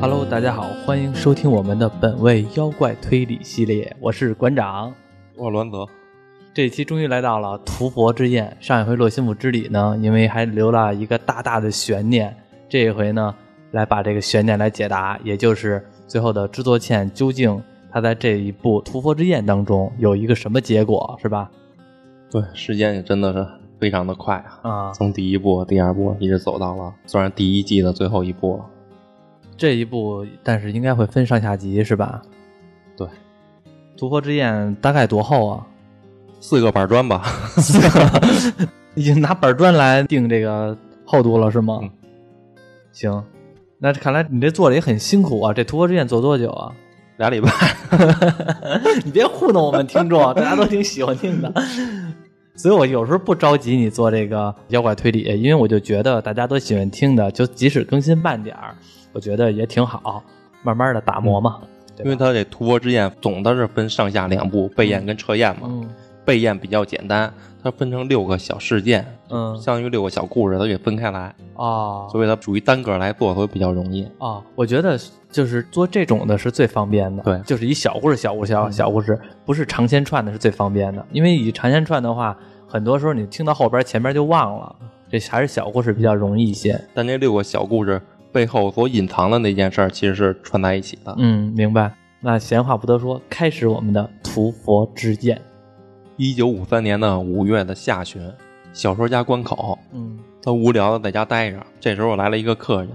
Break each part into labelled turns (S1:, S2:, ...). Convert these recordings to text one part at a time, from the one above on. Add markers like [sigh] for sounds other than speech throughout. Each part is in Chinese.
S1: Hello，大家好，欢迎收听我们的本位妖怪推理系列，我是馆长。
S2: 我栾泽，
S1: 这一期终于来到了屠佛之宴。上一回落心府之礼呢，因为还留了一个大大的悬念，这一回呢，来把这个悬念来解答，也就是最后的知作倩究竟她在这一部屠佛之宴当中有一个什么结果，是吧？
S2: 对，时间也真的是非常的快啊，
S1: 啊、
S2: 从第一部、第二部一直走到了虽然第一季的最后一部了，
S1: 这一部，但是应该会分上下集，是吧？
S2: 对，
S1: 屠佛之宴大概多厚啊？
S2: 四个板砖吧， [laughs]
S1: [laughs] 已经拿板砖来定这个厚度了，是吗？
S2: 嗯
S1: 行，那看来你这做的也很辛苦啊。这屠佛之宴做多久啊？ [laughs]
S2: 俩礼拜。
S1: 你别糊弄我们听 [laughs] 众，啊大家都挺喜欢听的。所以我有时候不着急你做这个妖怪推理，因为我就觉得大家都喜欢听的，就即使更新慢点儿，我觉得也挺好，慢慢的打磨嘛。对吧
S2: 因为它这《屠佛之宴》总的是分上下两部，备宴跟撤宴嘛。
S1: 嗯
S2: 备宴比较简单，它分成六个小事件，
S1: 嗯
S2: 相当于六个小故事，它给分开来，
S1: 啊
S2: 所以它属于单个来做，所以比较容易。
S1: 啊，我觉得就是做这种的是最方便的，
S2: 对
S1: 就是以小故事、小故事、小小故事，不是长线串的是最方便的，因为以长线串的话，很多时候你听到后边前边就忘了，这还是小故事比较容易一些。
S2: 但这六个小故事背后所隐藏的那件事儿，其实是串在一起的。
S1: 嗯，明白。那闲话不多说，开始我们的屠佛之宴。
S2: 一九五三年的五月的下旬，小说家关口
S1: 嗯，
S2: 他无聊的在家待着，这时候来了一个客人，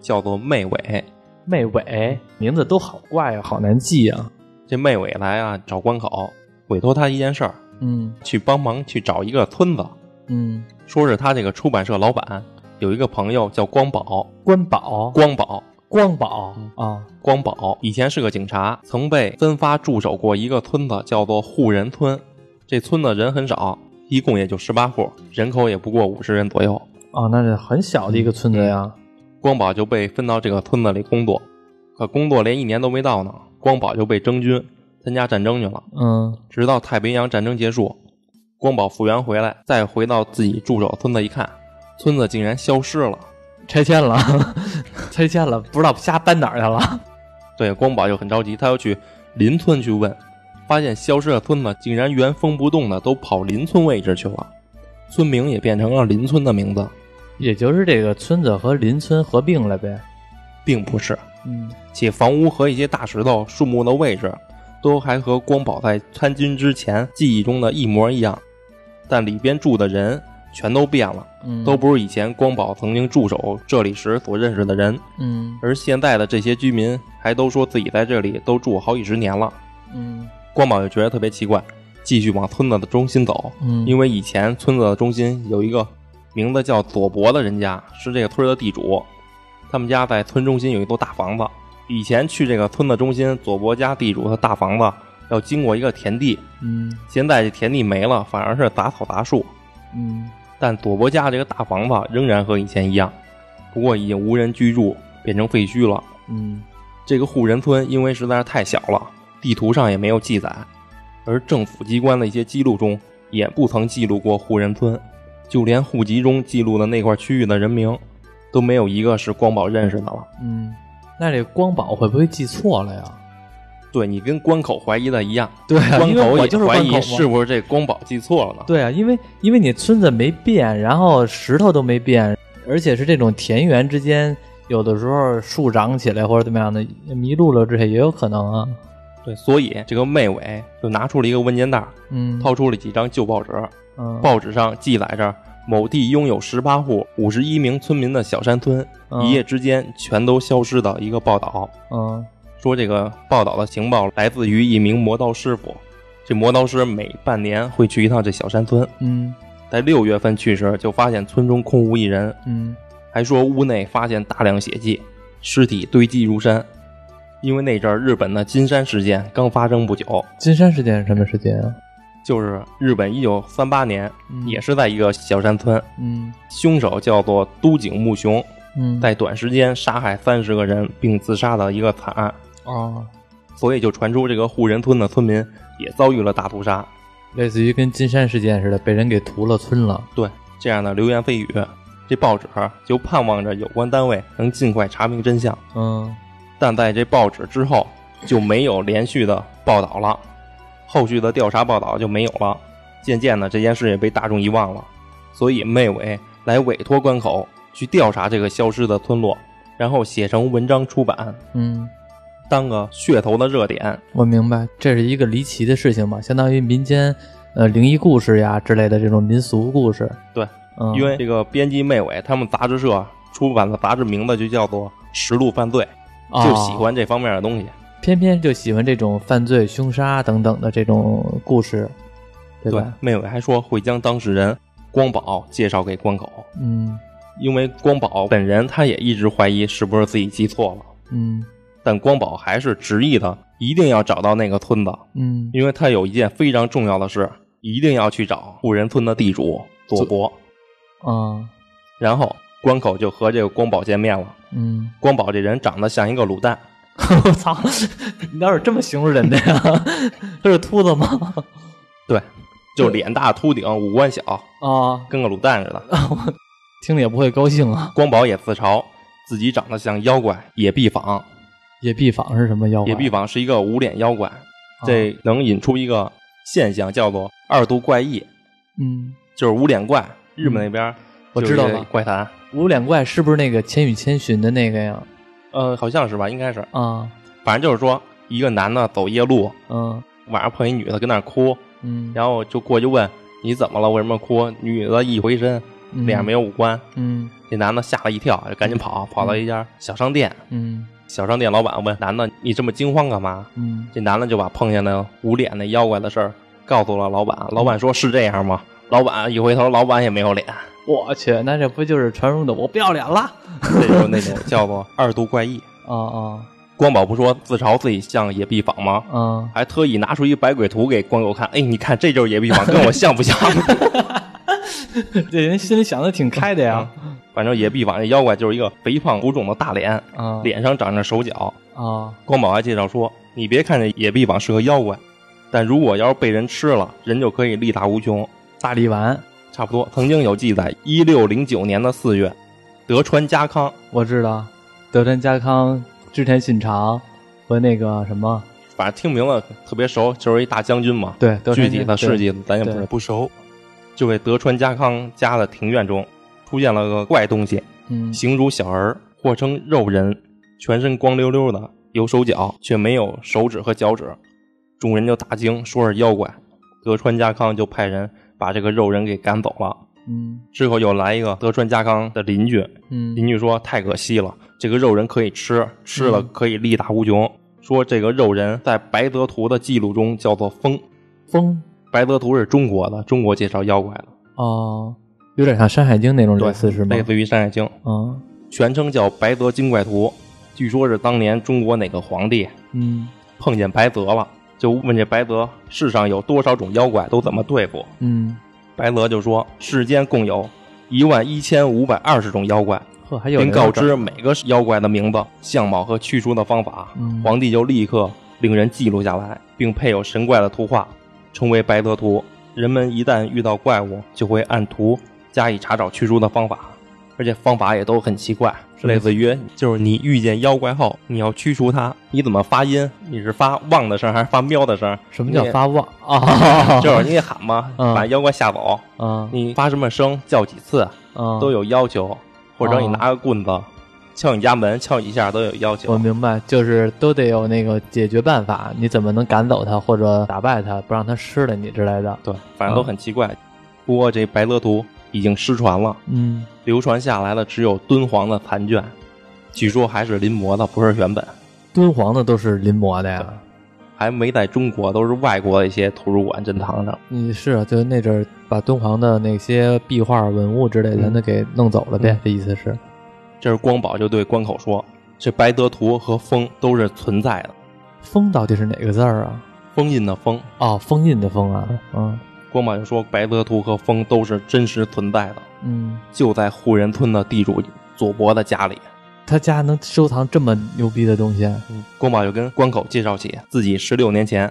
S2: 叫做媚伟。
S1: 媚尾名字都好怪啊，好难记啊。
S2: 这媚伟来啊找关口，委托他一件事儿，
S1: 嗯
S2: 去帮忙去找一个村子，
S1: 嗯，
S2: 说是他这个出版社老板有一个朋友叫光宝，
S1: 关宝、
S2: 光宝。
S1: 光宝
S2: 嗯
S1: 啊，
S2: 光宝以前是个警察，曾被分发驻守过一个村子，叫做户人村。这村子人很少，一共也就十八户，人口也不过五十人左右。
S1: 哦，那是很小的一个村子呀。
S2: 光宝就被分到这个村子里工作，可工作连一年都没到呢，光宝就被征军参加战争去了。
S1: 嗯
S2: 直到太平洋战争结束，光宝复员回来，再回到自己驻守村子一看，村子竟然消失了。
S1: 拆迁了， [laughs] 拆迁了，不知道瞎搬哪儿去了。
S2: 对，光宝就很着急，他要去邻村去问，发现消失的村子竟然原封不动的都跑邻村位置去了，村名也变成了邻村的名字，
S1: 也就是这个村子和邻村合并了呗。
S2: 并不是。
S1: 嗯，
S2: 且房屋和一些大石头、树木的位置，都还和光宝在参军之前记忆中的一模一样，但里边住的人全都变了，
S1: 嗯
S2: 都不是以前光宝曾经驻守这里时所认识的人，
S1: 嗯
S2: 而现在的这些居民还都说自己在这里都住好几十年了。
S1: 嗯
S2: 光宝就觉得特别奇怪，继续往村子的中心走，
S1: 嗯
S2: 因为以前村子的中心有一个名字叫佐伯的人家，是这个村儿的地主。他们家在村中心有一座大房子。以前去这个村子中心，佐伯家地主的大房子要经过一个田地，
S1: 嗯
S2: 现在这田地没了，反而是杂草杂树。
S1: 嗯
S2: 但佐伯家这个大房子仍然和以前一样，不过已经无人居住，变成废墟了。
S1: 嗯
S2: 这个户人村因为实在是太小了，地图上也没有记载，而政府机关的一些记录中也不曾记录过户人村，就连户籍中记录的那块区域的人名，都没有一个是光宝认识的了。
S1: 嗯，那这光宝会不会记错了呀？
S2: 对你跟关口怀疑的一
S1: [laughs]
S2: 样，
S1: 对啊
S2: 关
S1: 因为
S2: 口
S1: 我
S2: 也
S1: 就是
S2: 怀
S1: 关口
S2: 疑
S1: 嘛
S2: 是不是这光宝记错了呢？
S1: 对啊，因为因为你村子没变，然后石头都没变，而且是这种田园之间，有的时候树长起来或者怎么样的，迷路了这些也有可能啊。
S2: 对所以这个妹尾就拿出了一个文件袋，
S1: 嗯，
S2: 掏出了几张旧报纸，
S1: 嗯
S2: 报纸上记载着某地拥有十八户、五十一名村民的小山村，
S1: 嗯
S2: 一夜之间全都消失的一个报道。
S1: 嗯
S2: 说这个报道的情报来自于一名磨刀师傅，这磨刀师每半年会去一趟这小山村，
S1: 嗯
S2: 在六月份去时就发现村中空无一人，
S1: 嗯
S2: 还说屋内发现大量血迹，尸体堆积如山。因为那阵儿日本的金山事件刚发生不久，
S1: 金山事件是什么事件啊？
S2: 就是日本一九三八年，
S1: 嗯
S2: 也是在一个小山村，
S1: 嗯
S2: 凶手叫做都井木雄，
S1: 嗯，
S2: 在短时间杀害三十个人并自杀的一个惨案，
S1: 哦，
S2: 所以就传出这个户人村的村民也遭遇了大屠杀。
S1: 类似于跟金山事件似的，被人给屠了村了。
S2: 对这样的流言蜚语，这报纸就盼望着有关单位能尽快查明真相。
S1: 嗯
S2: 但在这报纸之后就没有连续的报道了，后续的调查报道就没有了。渐渐的，这件事也被大众遗忘了，所以妹委来委托关口去调查这个消失的村落，然后写成文章出版，
S1: 嗯，
S2: 当个噱头的热点。
S1: 我明白，这是一个离奇的事情嘛，相当于民间呃灵异故事呀之类的这种民俗故事。
S2: 对，
S1: 嗯，
S2: 因为这个编辑妹委他们杂志社出版的杂志名字就叫做《实录犯罪》，就喜
S1: 哦，
S2: 欢这方面的东西。
S1: 偏偏就喜欢这种犯罪、凶杀等等的这种故事，对
S2: 对
S1: 吧？，
S2: 妹委还说会将当事人光宝介绍给关口，
S1: 嗯
S2: 因为光宝本人他也一直怀疑是不是自己记错了，
S1: 嗯
S2: 但光宝还是执意的一定要找到那个村子，
S1: 嗯，
S2: 因为他有一件非常重要的事，一定要去找富人村的地主佐伯。
S1: 啊
S2: 然后关口就和这个光宝见面了。
S1: 嗯，
S2: 光宝这人长得像一个卤蛋，
S1: [laughs] 我操， [laughs] 你倒是这么形容人的呀？ [laughs] 这是秃子吗？
S2: 对，就脸大秃顶，五官小，
S1: [laughs] 啊，
S2: 跟个卤蛋似的。
S1: 听了也不会高兴啊。
S2: 光宝也自嘲自己长得像妖怪野臂坊，
S1: 野臂坊是什么妖怪？
S2: 野臂坊是一个无脸妖怪，
S1: 啊
S2: 这能引出一个现象叫做二度怪异，
S1: 嗯，
S2: 就是无脸怪。日本那边
S1: 我
S2: 就是
S1: 知道
S2: 一个
S1: 了
S2: 怪谈，
S1: 无脸怪是不是那个《千与千寻》的那个呀？
S2: 呃，好像是吧，应该是，
S1: 啊
S2: 反正就是说一个男的走夜路，
S1: 嗯
S2: 晚上碰一女的跟那儿哭，
S1: 嗯，
S2: 然后就过去问你怎么了，为什么哭？女的一回身，
S1: 嗯
S2: 脸上没有五官，
S1: 嗯
S2: 那男的吓了一跳，就赶紧跑，跑到一家小商店，
S1: 嗯
S2: 小商店老板问男的你这么惊慌干嘛？
S1: 嗯
S2: 这男的就把碰见那捂脸那妖怪的事儿告诉了老板，老板说是这样吗？老板一回头，老板也没有脸， [laughs]
S1: 我去，那这不就是传说中的我不要脸了？
S2: 这就是那种叫做二度怪异。
S1: 啊
S2: 光宝不说自嘲自己像野臂坊吗
S1: 啊？啊！ [laughs]
S2: 还特意拿出一百鬼图给光友看，哎，你看这就是野臂坊，跟我像不像？ [laughs]
S1: 这人心里想的挺开的呀。
S2: 反正野臂坊这妖怪就是一个肥胖浮肿的大脸，
S1: 啊
S2: 脸上长着手脚。
S1: 啊
S2: 光宝还介绍说，你别看这野臂坊是个妖怪，但如果要是被人吃了，人就可以力大无穷。
S1: 大力丸，
S2: 差不多，曾经有记载，一六零九年的四月，德川家康
S1: 我知道，德川家康、织田信长和那个什么，
S2: 反正听名字特别熟，就是一大将军嘛。
S1: 对，德川
S2: 具体的事
S1: 迹，
S2: 迹咱也不
S1: 对
S2: 是不熟。就这德川家康家的庭院中出现了个怪东西，
S1: 嗯
S2: 形如小儿，或称肉人，全身光溜溜的，有手脚却没有手指和脚趾。众人就大惊，说是妖怪。德川家康就派人把这个肉人给赶走了。
S1: 嗯
S2: 之后又来一个德川家康的邻居，邻
S1: 嗯
S2: 居说太可惜了，这个肉人可以吃，吃了可以力大无穷。说这个肉人在白泽图的记录中叫做风，
S1: 风
S2: 白泽图是中国的，中国介绍妖怪的，
S1: 哦，有点像《山海经》那种
S2: 对
S1: 类似是吗
S2: 类？似于《山海经》，
S1: 啊
S2: 全称叫《白泽精怪图》。据说是当年中国哪个皇帝
S1: 嗯
S2: 碰见白泽了，就问这白泽世上有多少种妖怪，都怎么对付？
S1: 嗯，
S2: 白泽就说世间共有一万一千五百二十种妖怪，
S1: 呵，还有
S2: 并
S1: 人
S2: 告
S1: 要找
S2: 知每个妖怪的名字、相貌和驱除的方法。
S1: 嗯
S2: 皇帝就立刻令人记录下来，并配有神怪的图画，称为白泽图。人们一旦遇到怪物，就会按图加以查找驱逐的方法，而且方法也都很奇怪，
S1: 是
S2: 类似于就是你遇见妖怪后，你要驱除它，你怎么发音？你是发汪的声还是发喵的声？
S1: 什么叫
S2: 你也？
S1: 发 [laughs] 旺啊？
S2: [laughs] 就是你得喊嘛，
S1: 嗯
S2: 把妖怪吓走。
S1: 啊
S2: 你发什么声，叫几次，
S1: 啊，
S2: 都有要求，或者你拿个棍子敲你家门，敲你一下都有要
S1: 我
S2: 求。
S1: 明白，就是都得有那个解决办法，你怎么能赶走它或者打败它，不让它吃了你之类的？
S2: 对，反正都很奇怪。不过这白泽图已经失传了，
S1: 嗯，
S2: 流传下来的只有敦煌的残卷，据说还是临摹的，不是原本，
S1: 敦煌的都是临摹的呀。
S2: 还没在中国，都是外国的一些图书馆珍藏着。
S1: 你是啊，就是那阵儿把敦煌的那些壁画、文物之类的，
S2: 嗯
S1: 全都给弄走了呗。
S2: 嗯
S1: 这意思是，
S2: 这是光宝就对关口说，这白泽图和风都是存在的，
S1: 封到底是哪个字儿啊？
S2: 封印的封。
S1: 哦，封印的封啊。嗯
S2: 光宝就说白泽图和风都是真实存在的，
S1: 嗯，
S2: 就在户人村的地主佐伯的家里。
S1: 他家能收藏这么牛逼的东西？啊
S2: 光嗯宝就跟关口介绍起自己十六年前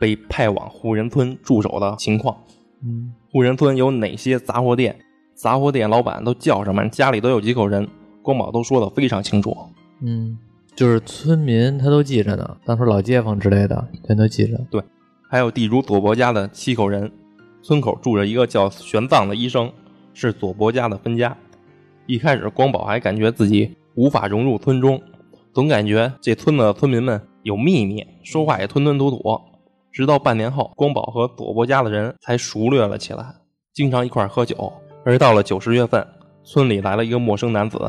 S2: 被派往户人村驻守的情况。
S1: 嗯
S2: 户人村有哪些杂货店？杂货店老板都叫什么？家里都有几口人？光宝都说的非常清楚。
S1: 嗯就是村民他都记着呢，当时老街坊之类的全都记着。
S2: 还有地主佐伯家的七口人，村口住着一个叫玄奘的医生，是佐伯家的分家。一开始，光宝还感觉自己无法融入村中，总感觉这村子的村民们有秘密，说话也吞吞吐吐。直到半年后，光宝和佐伯家的人才熟略了起来，经常一块儿喝酒。而到了九十月份，村里来了一个陌生男子，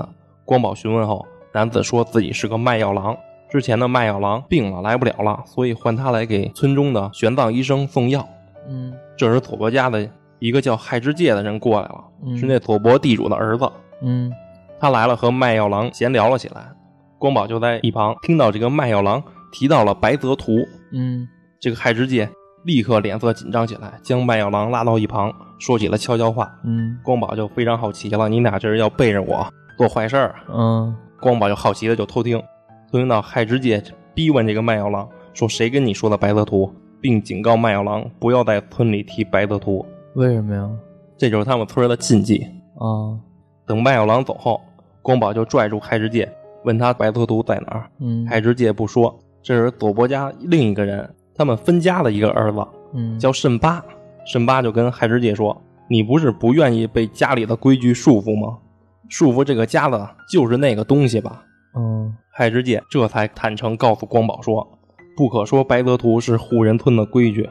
S2: 光宝询问后，男子说自己是个卖药郎，之前的卖药郎病了，来不了了，所以换他来给村中的玄奘医生送药。
S1: 嗯，
S2: 这时，佐伯家的一个叫亥之介的人过来了，是那佐伯地主的儿子。
S1: 嗯
S2: 他来了，和卖药郎闲聊了起来。光宝就在一旁听到这个卖药郎提到了白泽图，
S1: 嗯
S2: 这个亥之介立刻脸色紧张起来，将卖药郎拉到一旁，说起了悄悄话。
S1: 嗯
S2: 光宝就非常好奇了，你俩这是要背着我做坏事儿？啊
S1: 嗯
S2: 光宝就好奇的就偷听，偷听到亥之介逼问这个卖药郎说谁跟你说的白泽图，并警告卖药郎不要在村里提白泽图，
S1: 为什么呀？
S2: 这就是他们村儿的禁忌。
S1: 啊，
S2: 等卖药郎走后，光宝就拽住亥之介，问他白泽图在哪儿。
S1: 嗯，
S2: 亥之介不说，这是佐伯家另一个人，他们分家的一个儿子
S1: 嗯
S2: 叫慎八。慎八就跟亥之介说：“你不是不愿意被家里的规矩束缚吗？束缚这个家的就是那个东西吧？”
S1: 嗯
S2: 亥之介这才坦诚告诉光宝说：“不可说白泽图是户人村的规矩。”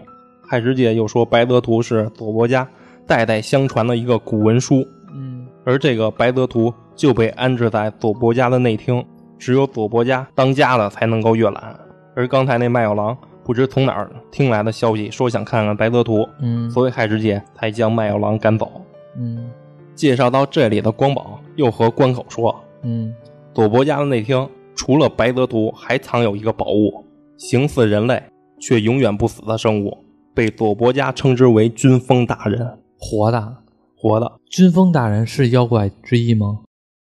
S2: 亥之介又说：“白泽图是佐伯家代代相传的一个古文书，
S1: 嗯
S2: 而这个白泽图就被安置在佐伯家的内厅，只有佐伯家当家的才能够阅览。而刚才那卖药郎不知从哪儿听来的消息，说想看看白泽图，
S1: 嗯，
S2: 所以亥之介才将卖药郎赶走。
S1: 嗯
S2: 介绍到这里的光宝又和关口说：‘
S1: 嗯
S2: 佐伯家的内厅除了白泽图，还藏有一个宝物，形似人类却永远不死的生物，被佐伯家称之为军风大人，
S1: 活的
S2: 活的，
S1: 军风大人是妖怪之一吗？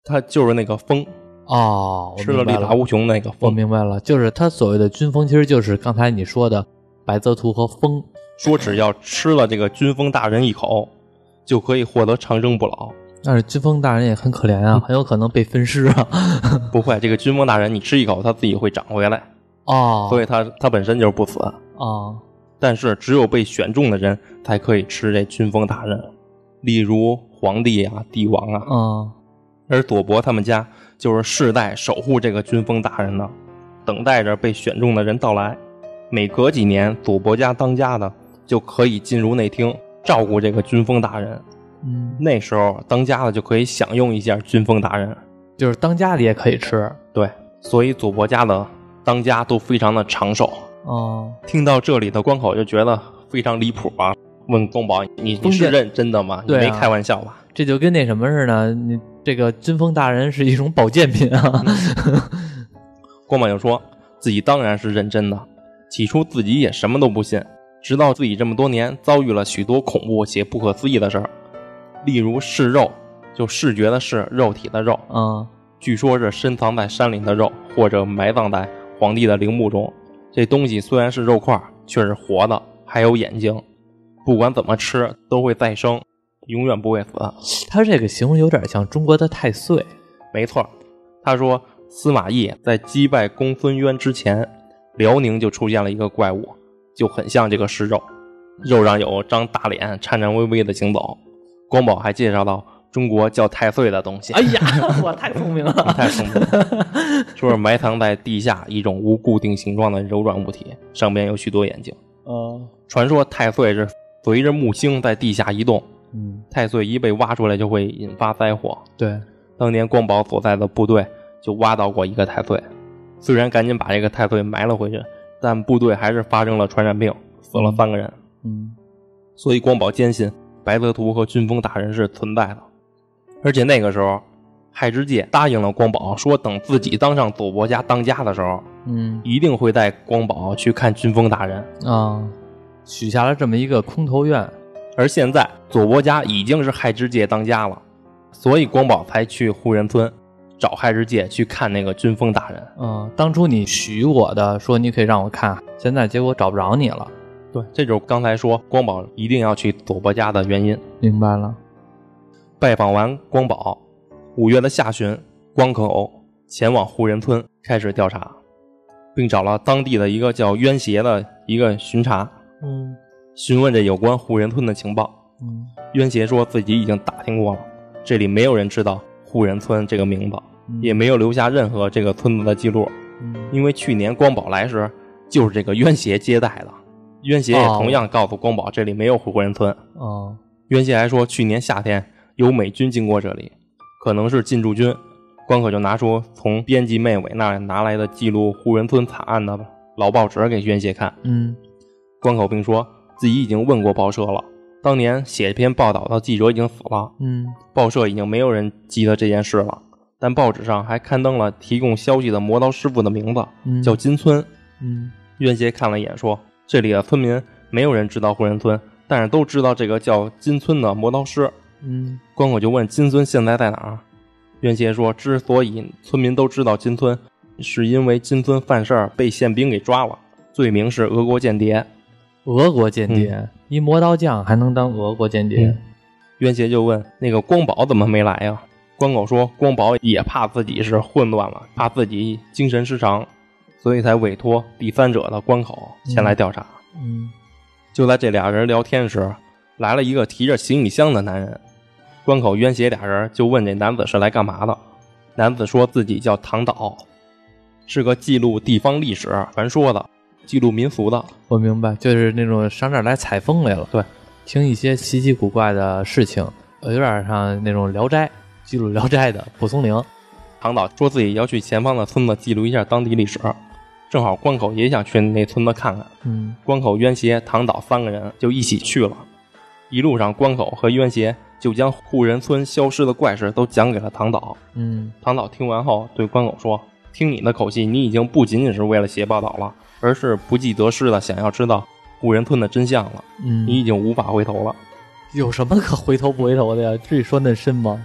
S2: 他就是那个风，
S1: 哦，我
S2: 吃了
S1: 明白
S2: 力
S1: 了
S2: 大无穷那个
S1: 我
S2: 风。
S1: 明白了，就是他所谓的军风，其实就是刚才你说的白泽图和风。
S2: 说只要吃了这个军风大人一口，就可以获得长生不老。
S1: 但是军风大人也很可怜啊，很有可能被分尸啊。
S2: 不会，这个军风大人你吃一口，他自己会长回来，
S1: 哦，
S2: 所以他他本身就是不死。
S1: 哦，
S2: 但是只有被选中的人才可以吃这军风大人，例如皇帝啊、帝王啊。
S1: 嗯
S2: 而佐伯他们家就是世代守护这个军风大人的，等待着被选中的人到来。每隔几年，佐伯家当家的就可以进入内厅照顾这个军风大人。
S1: 嗯，
S2: 那时候，当家的就可以享用一下军风大人。
S1: 就是当家里也可以吃。
S2: 对，所以佐伯家的当家都非常的长寿。
S1: 哦，
S2: 听到这里的关口就觉得非常离谱啊！问宫保：“你你
S1: 封建
S2: 是认真的吗？你
S1: 啊对
S2: 没
S1: 啊
S2: 开玩笑吧？”
S1: 这就跟那什么似的，你这个军风大人是一种保健品啊。
S2: 光宝就说自己当然是认真的，起初自己也什么都不信，直到自己这么多年遭遇了许多恐怖且不可思议的事儿，例如视肉，就视觉的视，肉体的肉，
S1: [laughs] 嗯
S2: 据说是深藏在山里的肉，或者埋葬在皇帝的陵墓中。这东西虽然是肉块，却是活的，还有眼睛，不管怎么吃都会再生，永远不会死。
S1: 他这个形容有点像中国的太岁。
S2: 没错儿，他说司马懿在击败公孙渊之前，辽宁就出现了一个怪物，就很像这个石肉，肉上有张大脸，颤颤巍巍的行走。光宝还介绍到中国叫太岁的东西，
S1: 哎呀，我太聪明了。 [laughs]
S2: 太聪明了，说是埋藏在地下一种无固定形状的柔软物体，上边有许多眼睛。
S1: 哦，
S2: 传说太岁是随着木星在地下移动，
S1: 嗯，
S2: 太岁一被挖出来就会引发灾祸，
S1: 对，
S2: 当年光宝所在的部队就挖到过一个太岁，虽然赶紧把这个太岁埋了回去，但部队还是发生了传染病，死了三个人。
S1: 嗯
S2: 所以光宝坚信白泽图和军风大人是存在的，而且那个时候，亥之介答应了光宝，说等自己当上佐伯家当家的时候，
S1: 嗯
S2: 一定会带光宝去看军风大人。
S1: 啊，许下了这么一个空头愿。
S2: 而现在佐伯家已经是亥之介当家了，所以光宝才去户人村找亥之介去看那个军风大人。
S1: 嗯，当初你许我的，说你可以让我看，现在结果找不着你了。
S2: 对，这就是刚才说光宝一定要去佐伯家的原因。
S1: 明白了。
S2: 拜访完光宝，五月的下旬，光口前往户人村开始调查，并找了当地的一个叫渊协的一个巡查，
S1: 嗯
S2: 询问这有关户人村的情报。
S1: 嗯
S2: 渊协说自己已经打听过了，这里没有人知道户人村这个名字，
S1: 嗯
S2: 也没有留下任何这个村子的记录，
S1: 嗯
S2: 因为去年光宝来时就是这个渊协接待的。渊协也
S1: 哦
S2: 同样告诉光宝，这里没有户人村。
S1: 哦
S2: 渊协还说，去年夏天有美军经过这里，可能是进驻军。关可就拿出从编辑妹尾那儿拿来的记录户人村惨案的老报纸给渊协看。
S1: 嗯
S2: 关口并说自己已经问过报社了，当年写一篇报道的记者已经死了，
S1: 嗯
S2: 报社已经没有人记得这件事了。但报纸上还刊登了提供消息的磨刀师傅的名字，
S1: 嗯
S2: 叫金村。
S1: 嗯
S2: 渊协看了一眼，说：“这里的村民没有人知道户人村，但是都知道这个叫金村的磨刀师。”
S1: 嗯
S2: 关口就问金村现在在哪儿？渊协说，之所以村民都知道金村，是因为金村犯事儿被宪兵给抓了，罪名是俄国间谍。
S1: 俄国间谍，一磨刀匠还能当俄国间谍
S2: 嗯？渊协就问那个光宝怎么没来呀？关口说，光宝也怕自己是混乱了，怕自己精神失常，所以才委托第三者的关口前来调查。
S1: 嗯
S2: 就在这俩人聊天时，来了一个提着行李箱的男人。关口渊邪俩人就问这男子是来干嘛的。男子说自己叫唐岛，是个记录地方历史传说的、记录民俗的。
S1: 我明白，就是那种上这儿来采风来了，
S2: 对，
S1: 听一些奇奇古怪的事情，呃有点像那种《聊斋》记录《聊斋》的蒲松龄。
S2: 唐岛说自己要去前方的村子记录一下当地历史，正好关口也想去那村子看看。
S1: 嗯
S2: 关口、渊邪、唐岛三个人就一起去了。一路上，关口和渊邪就将户人村消失的怪事都讲给了唐岛。
S1: 嗯
S2: 唐导听完后对关口说：“听你的口气，你已经不仅仅是为了写报道了，而是不计得失的想要知道古人村的真相了。你
S1: 嗯，
S2: 已经无法回头了。
S1: 有什么可回头不回头的呀？至于说那深吗？”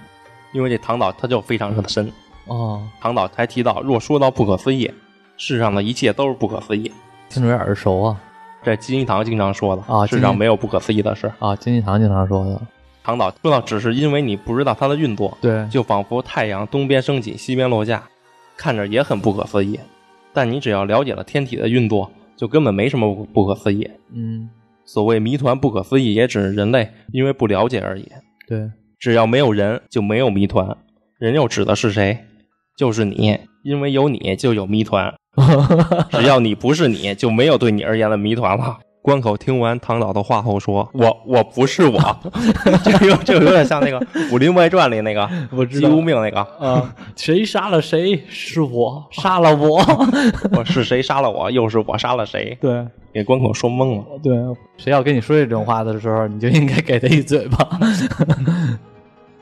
S2: 因为这唐导他就非常的深。
S1: 哦，
S2: 唐导还提到，若说到不可思议，世上的一切都是不可思议。
S1: 听着有点耳熟啊
S2: 这金一堂经常说的
S1: 啊
S2: 世
S1: 金
S2: 上
S1: 一
S2: 没有不可思议的事。
S1: 啊！金济堂经常说的，
S2: 唐导说到，只是因为你不知道它的运作，
S1: 对，
S2: 就仿佛太阳东边升起，西边落下，看着也很不可思议。但你只要了解了天体的运作，就根本没什么不不可思议。
S1: 嗯，
S2: 所谓谜团不可思议，也只是人类因为不了解而已。
S1: 对，
S2: 只要没有人，就没有谜团。人又指的是谁？就是你，因为有你就有
S1: [laughs]
S2: 谜团。只要你不是你，就没有对你而言的谜团了。关口听完唐导的话后说：“我我不是我，
S1: [laughs]
S2: 这有这有点像那个《武林外传》里那个
S1: 我知
S2: 姬
S1: 道
S2: 无命那个，
S1: [laughs] 啊，谁杀了谁？是我杀了我。
S2: 我是谁杀了我，又是我杀了
S1: [laughs]
S2: 谁，
S1: 对
S2: 给关口说懵了。
S1: 对，谁要跟你说这种话的时候，你就应该给他一嘴巴。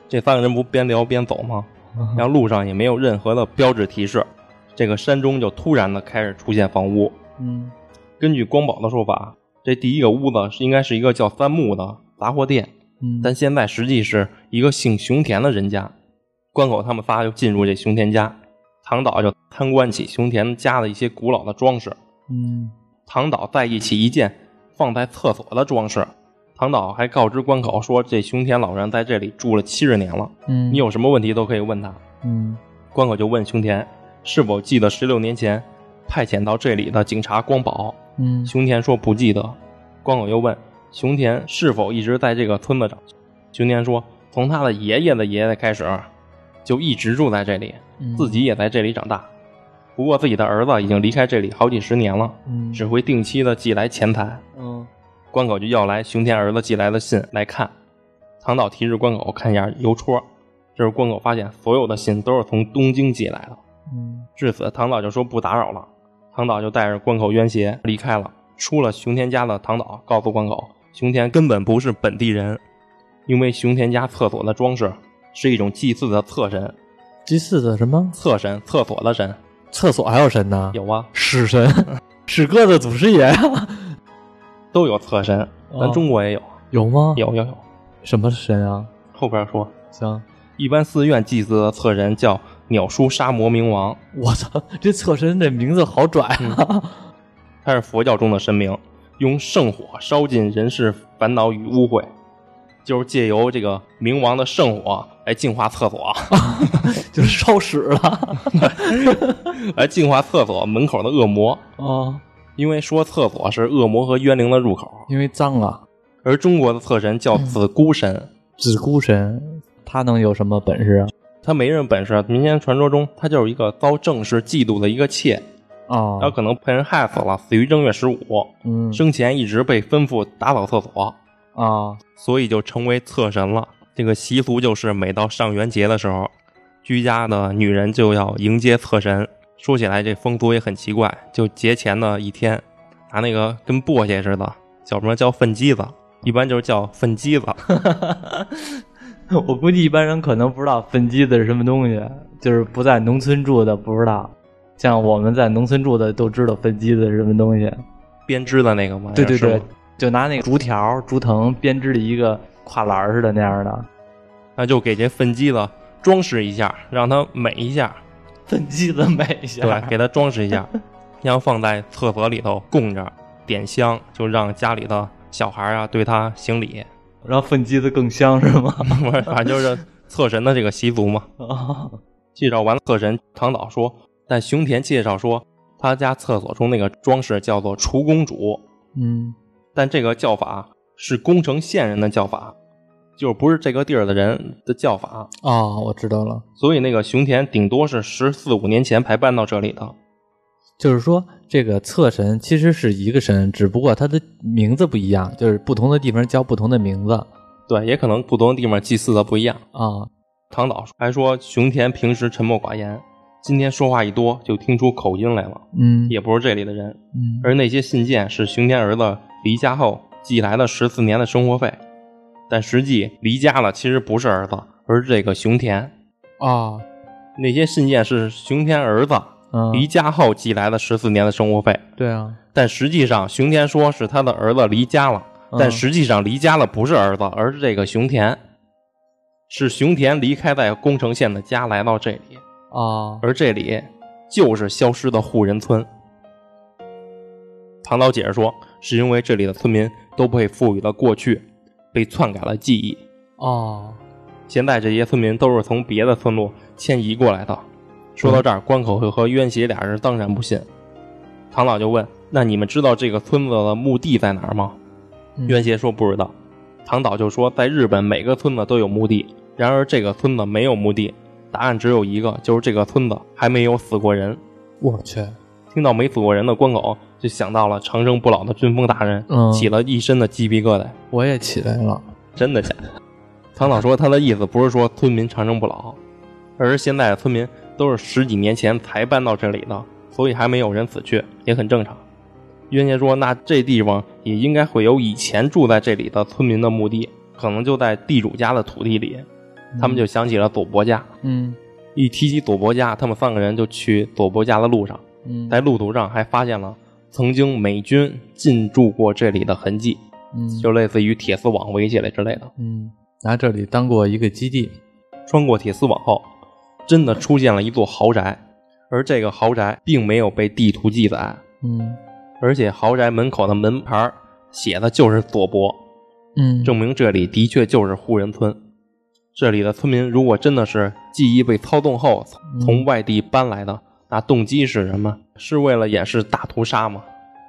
S2: 这三个人不边聊边走吗？
S1: 嗯
S2: 然后路上也没有任何的标志提示，这个山中就突然的开始出现房屋。
S1: 嗯
S2: 根据光宝的说法，这第一个屋子是应该是一个叫三木的杂货店，
S1: 嗯，
S2: 但现在实际是一个姓熊田的人家。关口他们仨就进入这熊田家，唐岛就参观起熊田家的一些古老的装饰。
S1: 嗯
S2: 唐岛在意起一件放在厕所的装饰。唐岛还告知关口说，这熊田老人在这里住了七十年了，
S1: 嗯，
S2: 你有什么问题都可以问他。
S1: 嗯
S2: 关口就问熊田是否记得十六年前派遣到这里的警察光宝。
S1: 嗯
S2: 熊田说不记得。关口又问熊田是否一直在这个村子长。熊田说，从他的爷爷的爷爷开始，就一直住在这里，
S1: 嗯
S2: 自己也在这里长大。不过自己的儿子已经离开这里好几十年了，
S1: 嗯
S2: 只会定期的寄来钱财。
S1: 嗯
S2: 关口就要来熊田儿子寄来的信来看。唐岛提示关口看一下邮戳，这时关口发现所有的信都是从东京寄来的。
S1: 嗯
S2: 至此，唐岛就说不打扰了。唐岛就带着关口冤邪离开了。出了熊田家的唐岛告诉关口，熊田根本不是本地人，因为熊田家厕所的装饰是一种祭祀的厕神，
S1: 第四的什么
S2: 厕神，厕所的神
S1: 厕所还有神呢？
S2: 有啊，
S1: 屎神，屎哥的祖师爷啊
S2: 都有厕神，咱
S1: 哦
S2: 中国也有，
S1: 有吗？
S2: 有有有。
S1: 什么神啊？
S2: 后边说，
S1: 行，
S2: 一般寺院祭祀的厕神叫鸟叔沙摩明王，
S1: 我操，这侧身这名字好拽啊！
S2: 他是佛教中的神明，用圣火烧尽人世烦恼与污秽，就是借由这个明王的圣火来净化厕所， [laughs] 嗯
S1: 就是烧屎 [laughs] 了。
S2: 来净化厕所门口的恶魔，
S1: 哦，
S2: 因为说厕所是恶魔和冤灵的入口，
S1: 因为脏啊。
S2: 而中国的厕神叫子孤神，
S1: 子孤神他能有什么本事啊？
S2: 他没什么本事，民间传说中他就是一个遭正室嫉妒的一个妾，他
S1: 哦，
S2: 可能被人害死了，死于正月十五，
S1: 嗯，
S2: 生前一直被吩咐打扫厕所，
S1: 啊，
S2: 所以就成为厕神了。这个习俗就是每到上元节的时候，居家的女人就要迎接厕神。说起来这风俗也很奇怪，就节前的一天，拿那个跟簸箕似的，叫什么叫粪鸡子，一般就是叫粪鸡
S1: [laughs]
S2: 子。
S1: 我估计一般人可能不知道粪鸡子是什么东西，就是不在农村住的不知道。像我们在农村住的都知道粪鸡子是什么东西。
S2: 编织的那个嘛，
S1: 对对
S2: 是
S1: 对
S2: 吗，
S1: 就拿那个竹条、竹藤编织的一个跨栏儿似的那样的
S2: 那就给这粪鸡子装饰一下，让它美一下，
S1: 粪鸡子美一
S2: 对
S1: 下。？
S2: 吧给它装饰
S1: [laughs]
S2: 一下，然后放在厕所里头供着，点香，就让家里的小孩啊对它行礼，
S1: 然后粪鸡子更香是吗？ [laughs]
S2: [laughs] 反正就是厕神的这个习俗嘛。
S1: 哦
S2: 介绍完厕神，唐导说，在熊田介绍说，他家厕所中那个装饰叫做厨公主，
S1: 嗯，
S2: 但这个叫法是宫城县人的叫法，就是不是这个地儿的人的叫法。
S1: 哦，我知道了，
S2: 所以那个熊田顶多是十四五年前才搬到这里的。
S1: 就是说这个厕神其实是一个神，只不过它的名字不一样，就是不同的地方叫不同的名字哦啊、
S2: 对，也可能不同的地方祭祀的不一样。唐导还说，熊田平时沉默寡言，今天说话一多，就听出口音来了，
S1: 嗯，
S2: 也不是这里的人。
S1: 嗯
S2: 而那些信件是熊田儿子离家后寄来的十四年的生活费，但实际离家了，其实不是儿子，而是这个熊田。
S1: 啊，
S2: 那些信件是熊田儿子
S1: 嗯
S2: 离家后寄来的十四年的生活费，
S1: 对啊，
S2: 但实际上熊田说是他的儿子离家了，
S1: 嗯
S2: 但实际上离家了不是儿子，而是这个熊田，是熊田离开在宫城县的家来到这里，
S1: 啊，
S2: 而这里就是消失的户人村。唐导解释说，是因为这里的村民都被赋予了过去，被篡改了记忆，
S1: 哦，
S2: 现在这些村民都是从别的村落迁移过来的。说到这儿，关口和冤邪俩人当然不信。唐老就问：“那你们知道这个村子的墓地在哪儿吗？”
S1: 嗯
S2: 冤邪说不知道。唐导就说：“在日本，每个村子都有墓地，然而这个村子没有墓地。答案只有一个，就是这个村子还没有死过人。
S1: 我去，”
S2: 听到没死过人的关口，就想到了长生不老的军风大人，
S1: 嗯
S2: 起了一身的鸡皮疙瘩。
S1: 我也起来了，
S2: 真的假的？唐导说他的意思不是说村民长生不老，而是现在的村民都是十几年前才搬到这里的，所以还没有人死去，也很正常。冤家说，那这地方也应该会有以前住在这里的村民的墓地，可能就在地主家的土地里。他们就想起了佐伯家，
S1: 嗯
S2: 一提起佐伯家，他们三个人就去佐伯家的路上，
S1: 嗯
S2: 在路途上还发现了曾经美军进驻过这里的痕迹，
S1: 嗯
S2: 就类似于铁丝网围起来之类的。
S1: 嗯拿这里当过一个基地，
S2: 穿过铁丝网后，真的出现了一座豪宅，而这个豪宅并没有被地图记载，
S1: 嗯
S2: 而且豪宅门口的门牌儿写的就是佐伯，
S1: 嗯
S2: 证明这里的确就是户人村。这里的村民如果真的是记忆被操纵后从外地搬来的，那动机是什么？是为了掩饰大屠杀吗？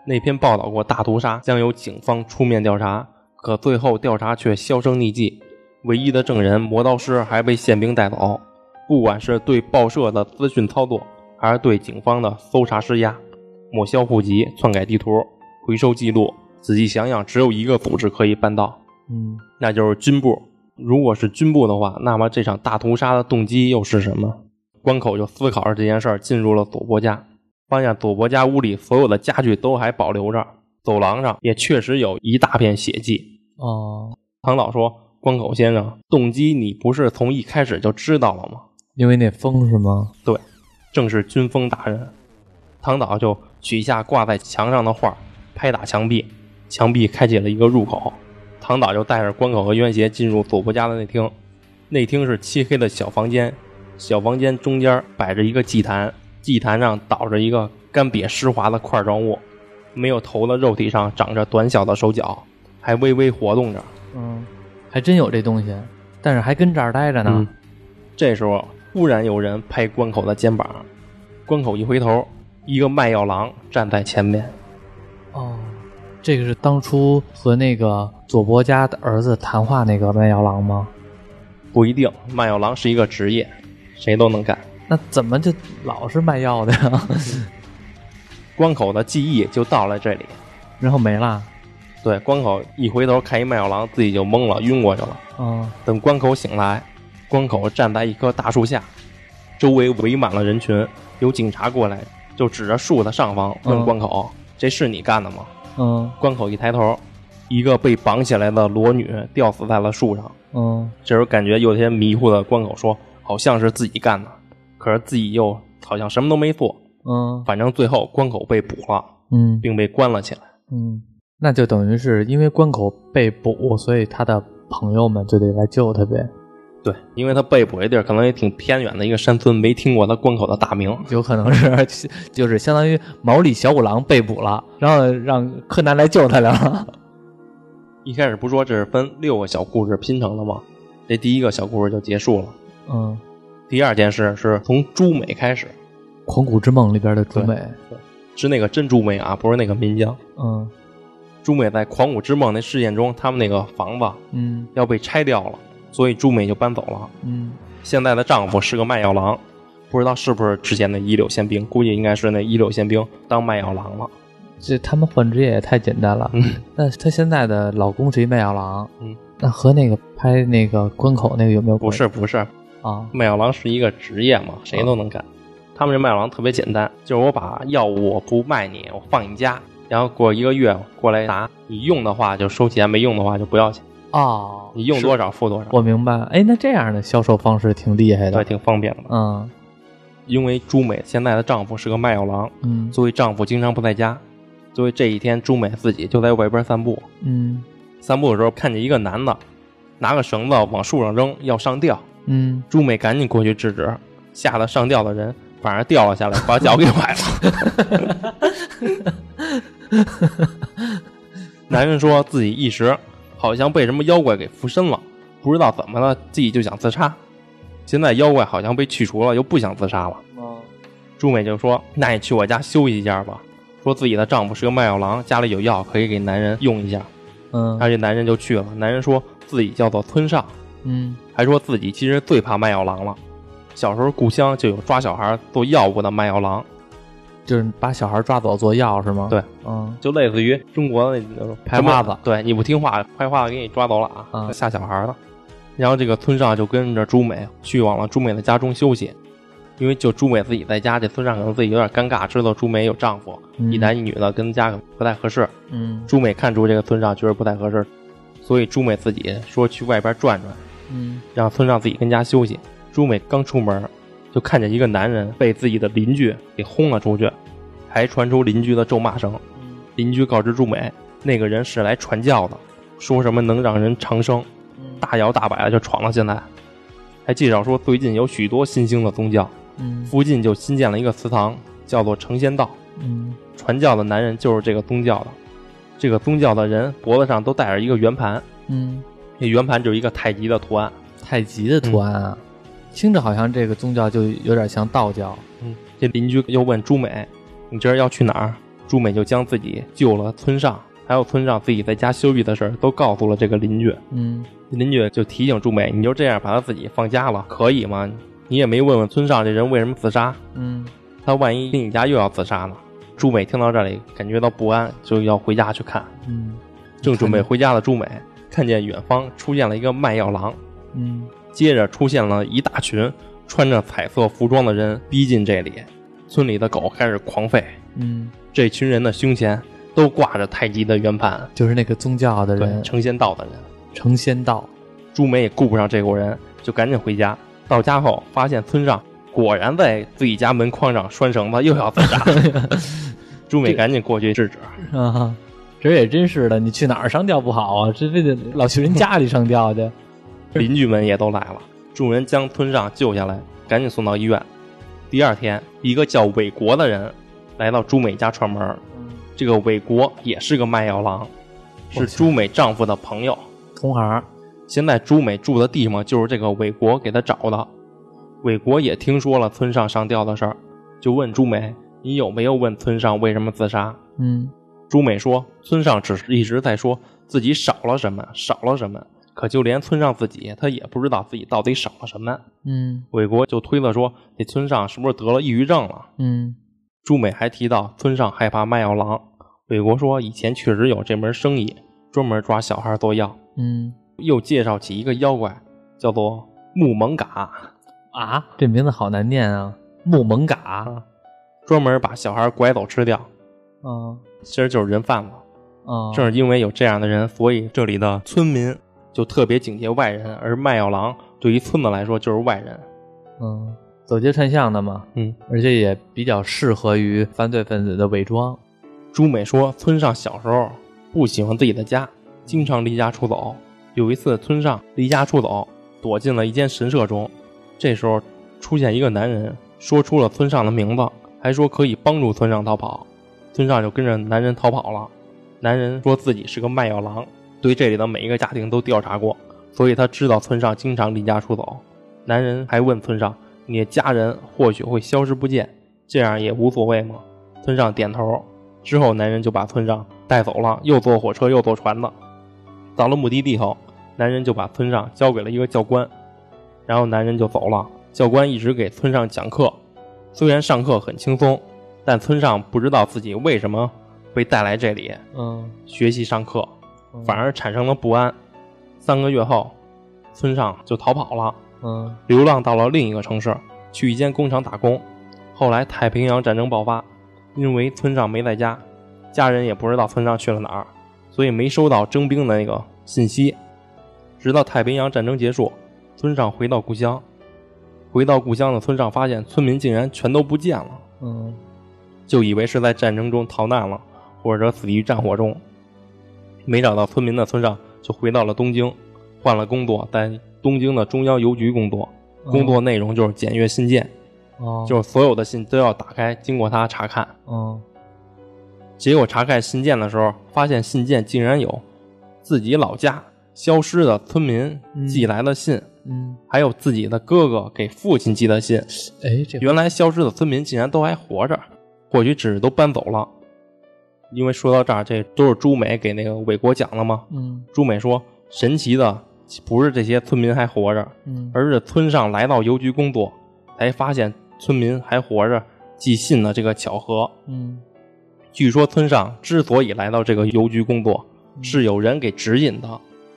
S2: 那篇报道过大屠杀将由警方出面调查，可最后调查却销声匿迹，唯一的证人磨刀师还被宪兵带走。不管是对报社的资讯操作，还是对警方的搜查施压，抹消户籍、篡改地图、回收记录，仔细想想，只有一个组织可以办到，
S1: 嗯
S2: 那就是军部。如果是军部的话，那么这场大屠杀的动机又是什么？关口就思考着这件事儿，进入了佐伯家，发现佐伯家屋里所有的家具都还保留着，走廊上也确实有一大片血迹。
S1: 哦，
S2: 唐老说：“关口先生，动机你不是从一开始就知道了吗？
S1: 因为那风是吗？
S2: 正是军风大人。”唐导就取下挂在墙上的画，拍打墙壁，墙壁开启了一个入口。唐导就带着关口和渊邪进入佐伯家的内厅，内厅是漆黑的小房间，小房间中间摆着一个祭坛，祭坛上倒着一个干瘪湿滑的块状物，没有头的肉体上长着短小的手脚，还微微活动着。
S1: 嗯，还真有这东西，但是还跟这儿待着呢。
S2: 嗯这时候忽然有人拍关口的肩膀，关口一回头，一个卖药郎站在前面。
S1: 哦，这个是当初和那个佐伯家的儿子谈话那个卖药郎吗？
S2: 不一定，卖药郎是一个职业，谁都能干。
S1: 那怎么就老是卖药的呀？ [laughs]
S2: 关口的记忆就到了这里。
S1: 然后没了。
S2: 对，关口一回头看一卖药郎，自己就懵了，晕过去了。
S1: 嗯，
S2: 等关口醒来，关口站在一棵大树下，周围围满了人群，有警察过来，就指着树的上方问
S1: 嗯
S2: 关口：“这是你干的吗
S1: 嗯？”
S2: 关口一抬头，一个被绑起来的裸女吊死在了树上。
S1: 嗯，
S2: 这时候感觉有些迷糊的关口说：“好像是自己干的，可是自己又好像什么都没做。
S1: 嗯
S2: 反正最后关口被捕了，
S1: 嗯
S2: 并被关了起来。
S1: 嗯，那就等于是因为关口被捕，所以他的朋友们就得来救他呗，
S2: 对，因为他被捕的地儿可能也挺偏远的一个山村，没听过他关口的大名。
S1: 有可能是 [laughs] 就是相当于毛利小五郎被捕了，然后让柯南来救他了。
S2: 一开始不说这是分六个小故事拼成的吗？这第一个小故事就结束了。
S1: 嗯，
S2: 第二件事是从朱美开始，
S1: 《狂骨之梦》里边的朱美，
S2: 是那个真朱美啊，不是那个民江。
S1: 嗯
S2: 朱美在狂舞之梦那事件中，他们那个房子
S1: 嗯
S2: 要被拆掉了，所以朱美就搬走了。
S1: 嗯
S2: 现在的丈夫是个卖药郎，不知道是不是之前的一柳宪兵，估计应该是那一柳宪兵当卖药郎了。
S1: 这他们换职业也太简单了。
S2: 嗯，
S1: 那她现在的老公是一卖药郎，
S2: 嗯，
S1: 那和那个拍那个关口那个有没有
S2: 不
S1: 关系
S2: 是不是，
S1: 啊？
S2: 卖药郎是一个职业嘛，谁都能干。他们这卖药郎特别简单，就是我把药物我不卖你，我放你家，然后过一个月过来拿，你用的话就收钱，没用的话就不要钱，
S1: 哦，
S2: 你用
S1: 是
S2: 多少付多少，
S1: 我明白。哎，那这样的销售方式挺厉害
S2: 对，
S1: 的。
S2: 挺方便的。
S1: 嗯
S2: 因为朱美现在的丈夫是个卖药郎，
S1: 嗯
S2: 作为丈夫经常不在家，所以这一天朱美自己就在外边散步，
S1: 嗯
S2: 散步的时候看见一个男的拿个绳子往树上扔，要上吊。
S1: 嗯，
S2: 朱美赶紧过去制止，吓得上吊的人反而掉了下来，把脚给崴了。 [laughs] 男人说自己一时好像被什么妖怪给附身了，不知道怎么了，自己就想自杀。现在妖怪好像被去除了，又不想自杀了。朱美就说：“那你去我家休息一下吧。”说自己的丈夫是个卖药郎，家里有药可以给男人用一下。
S1: 嗯
S2: 而且男人就去了。男人说自己叫做村上，
S1: 嗯
S2: 还说自己其实最怕卖药郎了。小时候故乡就有抓小孩做药物的卖药郎，
S1: 就是把小孩抓走做药是吗？
S2: 对，
S1: 嗯
S2: 就类似于中国的那种
S1: 拍花子
S2: 对，你不听话，拍花子给你抓走了啊，
S1: 嗯
S2: 吓小孩的。然后这个村上就跟着朱美去往了朱美的家中休息，因为就朱美自己在家，这村上可能自己有点尴尬，知道朱美有丈夫，
S1: 嗯
S2: 一男一女的跟家可能不太合适。
S1: 嗯
S2: 朱美看出这个村上觉得不太合适，所以朱美自己说去外边转转。
S1: 嗯
S2: 让村上自己跟家休息。朱美刚出门，就看见一个男人被自己的邻居给轰了出去，还传出邻居的咒骂声。邻居告知朱美，那个人是来传教的，说什么能让人长生，
S1: 嗯
S2: 大摇大摆的就闯了进来，还介绍说最近有许多新兴的宗教，
S1: 嗯
S2: 附近就新建了一个祠堂，叫做成仙道。
S1: 嗯
S2: 传教的男人就是这个宗教的，这个宗教的人脖子上都带着一个圆盘，
S1: 嗯，
S2: 那圆盘就是一个太极的图案。
S1: 太极的图案啊，听着好像这个宗教就有点像道教。
S2: 嗯，这邻居又问朱美：“你这儿要去哪儿？”朱美就将自己救了村上，还有村上自己在家休息的事儿都告诉了这个邻居。
S1: 嗯
S2: 邻居就提醒朱美：“你就这样把他自己放家了，可以吗？你也没问问村上这人为什么自杀，
S1: 嗯
S2: 他万一进你家又要自杀呢？”朱美听到这里，感觉到不安，就要回家去看。
S1: 嗯
S2: 正准备回家的朱美，看见远方出现了一个卖药郎，
S1: 嗯
S2: 接着出现了一大群穿着彩色服装的人逼近这里，村里的狗开始狂吠。
S1: 嗯，
S2: 这群人的胸前都挂着太极的圆盘，
S1: 就是那个宗教的
S2: 对，
S1: 人
S2: 成仙道的人。
S1: 成仙道。
S2: 朱梅也顾不上这伙人，就赶紧回家。到家后发现村上果然在自己家门框上拴绳子，又要自杀。朱美赶紧过去制止。
S1: 啊，这也真是的，你去哪儿上吊不好啊？这非得老去人家里上吊去。
S2: 邻居们也都来了，众人将村上救下来，赶紧送到医院。第二天，一个叫韦国的人来到朱美家串门。
S1: 嗯
S2: 这个韦国也是个卖药郎，
S1: 我
S2: 是
S1: 去
S2: 朱美丈夫的朋友。
S1: 同行儿，
S2: 现在朱美住的地方就是这个韦国给她找的。魏国也听说了村上上吊的事儿，就问朱美：“你有没有问村上为什么自杀
S1: 嗯，？”
S2: 朱美说：“村上只是一直在说自己少了什么，少了什么。”可就连村上自己，他也不知道自己到底少了什么。
S1: 嗯
S2: 魏国就推测说，这村上是不是得了抑郁症了？
S1: 嗯
S2: 朱美还提到村上害怕卖药郎。魏国说，以前确实有这门生意，专门抓小孩做药。
S1: 嗯
S2: 又介绍起一个妖怪，叫做木蒙嘎，
S1: 啊，这名字好难念啊，木蒙嘎，
S2: 专门把小孩拐走吃掉，
S1: 嗯
S2: 其实就是人贩子。
S1: 嗯，
S2: 正是因为有这样的人，所以这里的哦村民就特别警戒外人，而卖药郎对于村子来说就是外人。
S1: 嗯，走街串巷的嘛，
S2: 嗯，
S1: 而且也比较适合于犯罪分子的伪装。
S2: 朱美说，村上小时候不喜欢自己的家，经常离家出走。有一次，村上离家出走，躲进了一间神社中。这时候出现一个男人，说出了村上的名字，还说可以帮助村上逃跑。村上就跟着男人逃跑了。男人说自己是个卖药郎，对这里的每一个家庭都调查过，所以他知道村上经常离家出走。男人还问村上：“你的家人或许会消失不见，这样也无所谓吗？”村上点头。之后，男人就把村上带走了，又坐火车又坐船的。到了目的地后，男人就把村上交给了一个教官，然后男人就走了。教官一直给村上讲课，虽然上课很轻松，但村上不知道自己为什么被带来这里
S1: 嗯，
S2: 学习上课，
S1: 嗯
S2: 反而产生了不安。三个月后，村上就逃跑了。
S1: 嗯
S2: 流浪到了另一个城市，去一间工厂打工。后来太平洋战争爆发，因为村上没在家，家人也不知道村上去了哪儿，所以没收到征兵的那个信息。直到太平洋战争结束，村上回到故乡。回到故乡的村上发现村民竟然全都不见了，
S1: 嗯
S2: 就以为是在战争中逃难了，或者死于战火中。没找到村民的村上就回到了东京，换了工作，在东京的中央邮局工作。工作内容就是检阅信件，
S1: 哦，
S2: 就是所有的信都要打开，经过他查看。
S1: 嗯
S2: 结果查看信件的时候，发现信件竟然有自己老家消失的村民
S1: 嗯
S2: 寄来的信，
S1: 嗯，
S2: 还有自己的哥哥给父亲寄的信。
S1: 哎，这
S2: 原来消失的村民竟然都还活着，或许只是都搬走了。因为说到这儿，这都是朱美给那个伟国讲了吗？
S1: 嗯
S2: 朱美说，神奇的不是这些村民还活着，
S1: 嗯
S2: 而是村上来到邮局工作，才发现村民还活着寄信的这个巧合。
S1: 嗯
S2: 据说村上之所以来到这个邮局工作，是有人给指引的。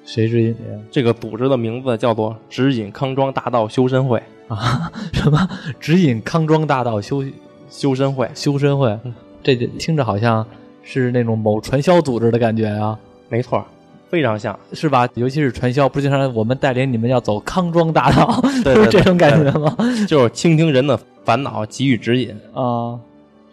S1: 谁指引的呀？
S2: 这个组织的名字叫做“指引康庄大道修身会
S1: 啊， [laughs] 什么指引康庄大道修”。
S2: 修身会
S1: 修身会？这这听着好像是那种某传销组织的感觉啊，
S2: 没错，非常像。
S1: 是吧？尤其是传销，不经常我们带领你们要走康庄大道，
S2: 对
S1: 都
S2: 对
S1: 是 [laughs] 这种感觉
S2: 对
S1: 吗？
S2: 就是倾听人的烦恼，给予指引。
S1: 啊，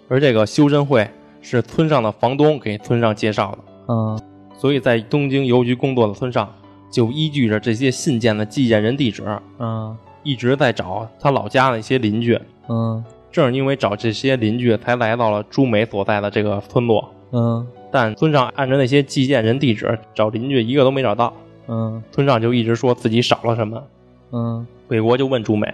S2: 而这个修身会是村上的房东给村上介绍的。
S1: 嗯
S2: 所以在东京邮局工作的村上，就依据着这些信件的寄件人地址，
S1: 嗯
S2: 一直在找他老家的一些邻居。
S1: 嗯
S2: 正是因为找这些邻居，才来到了朱美所在的这个村落。
S1: 嗯
S2: 但村上按照那些寄件人地址找邻居，一个都没找到。
S1: 嗯
S2: 村上就一直说自己少了什么。
S1: 嗯
S2: 北国就问朱美：“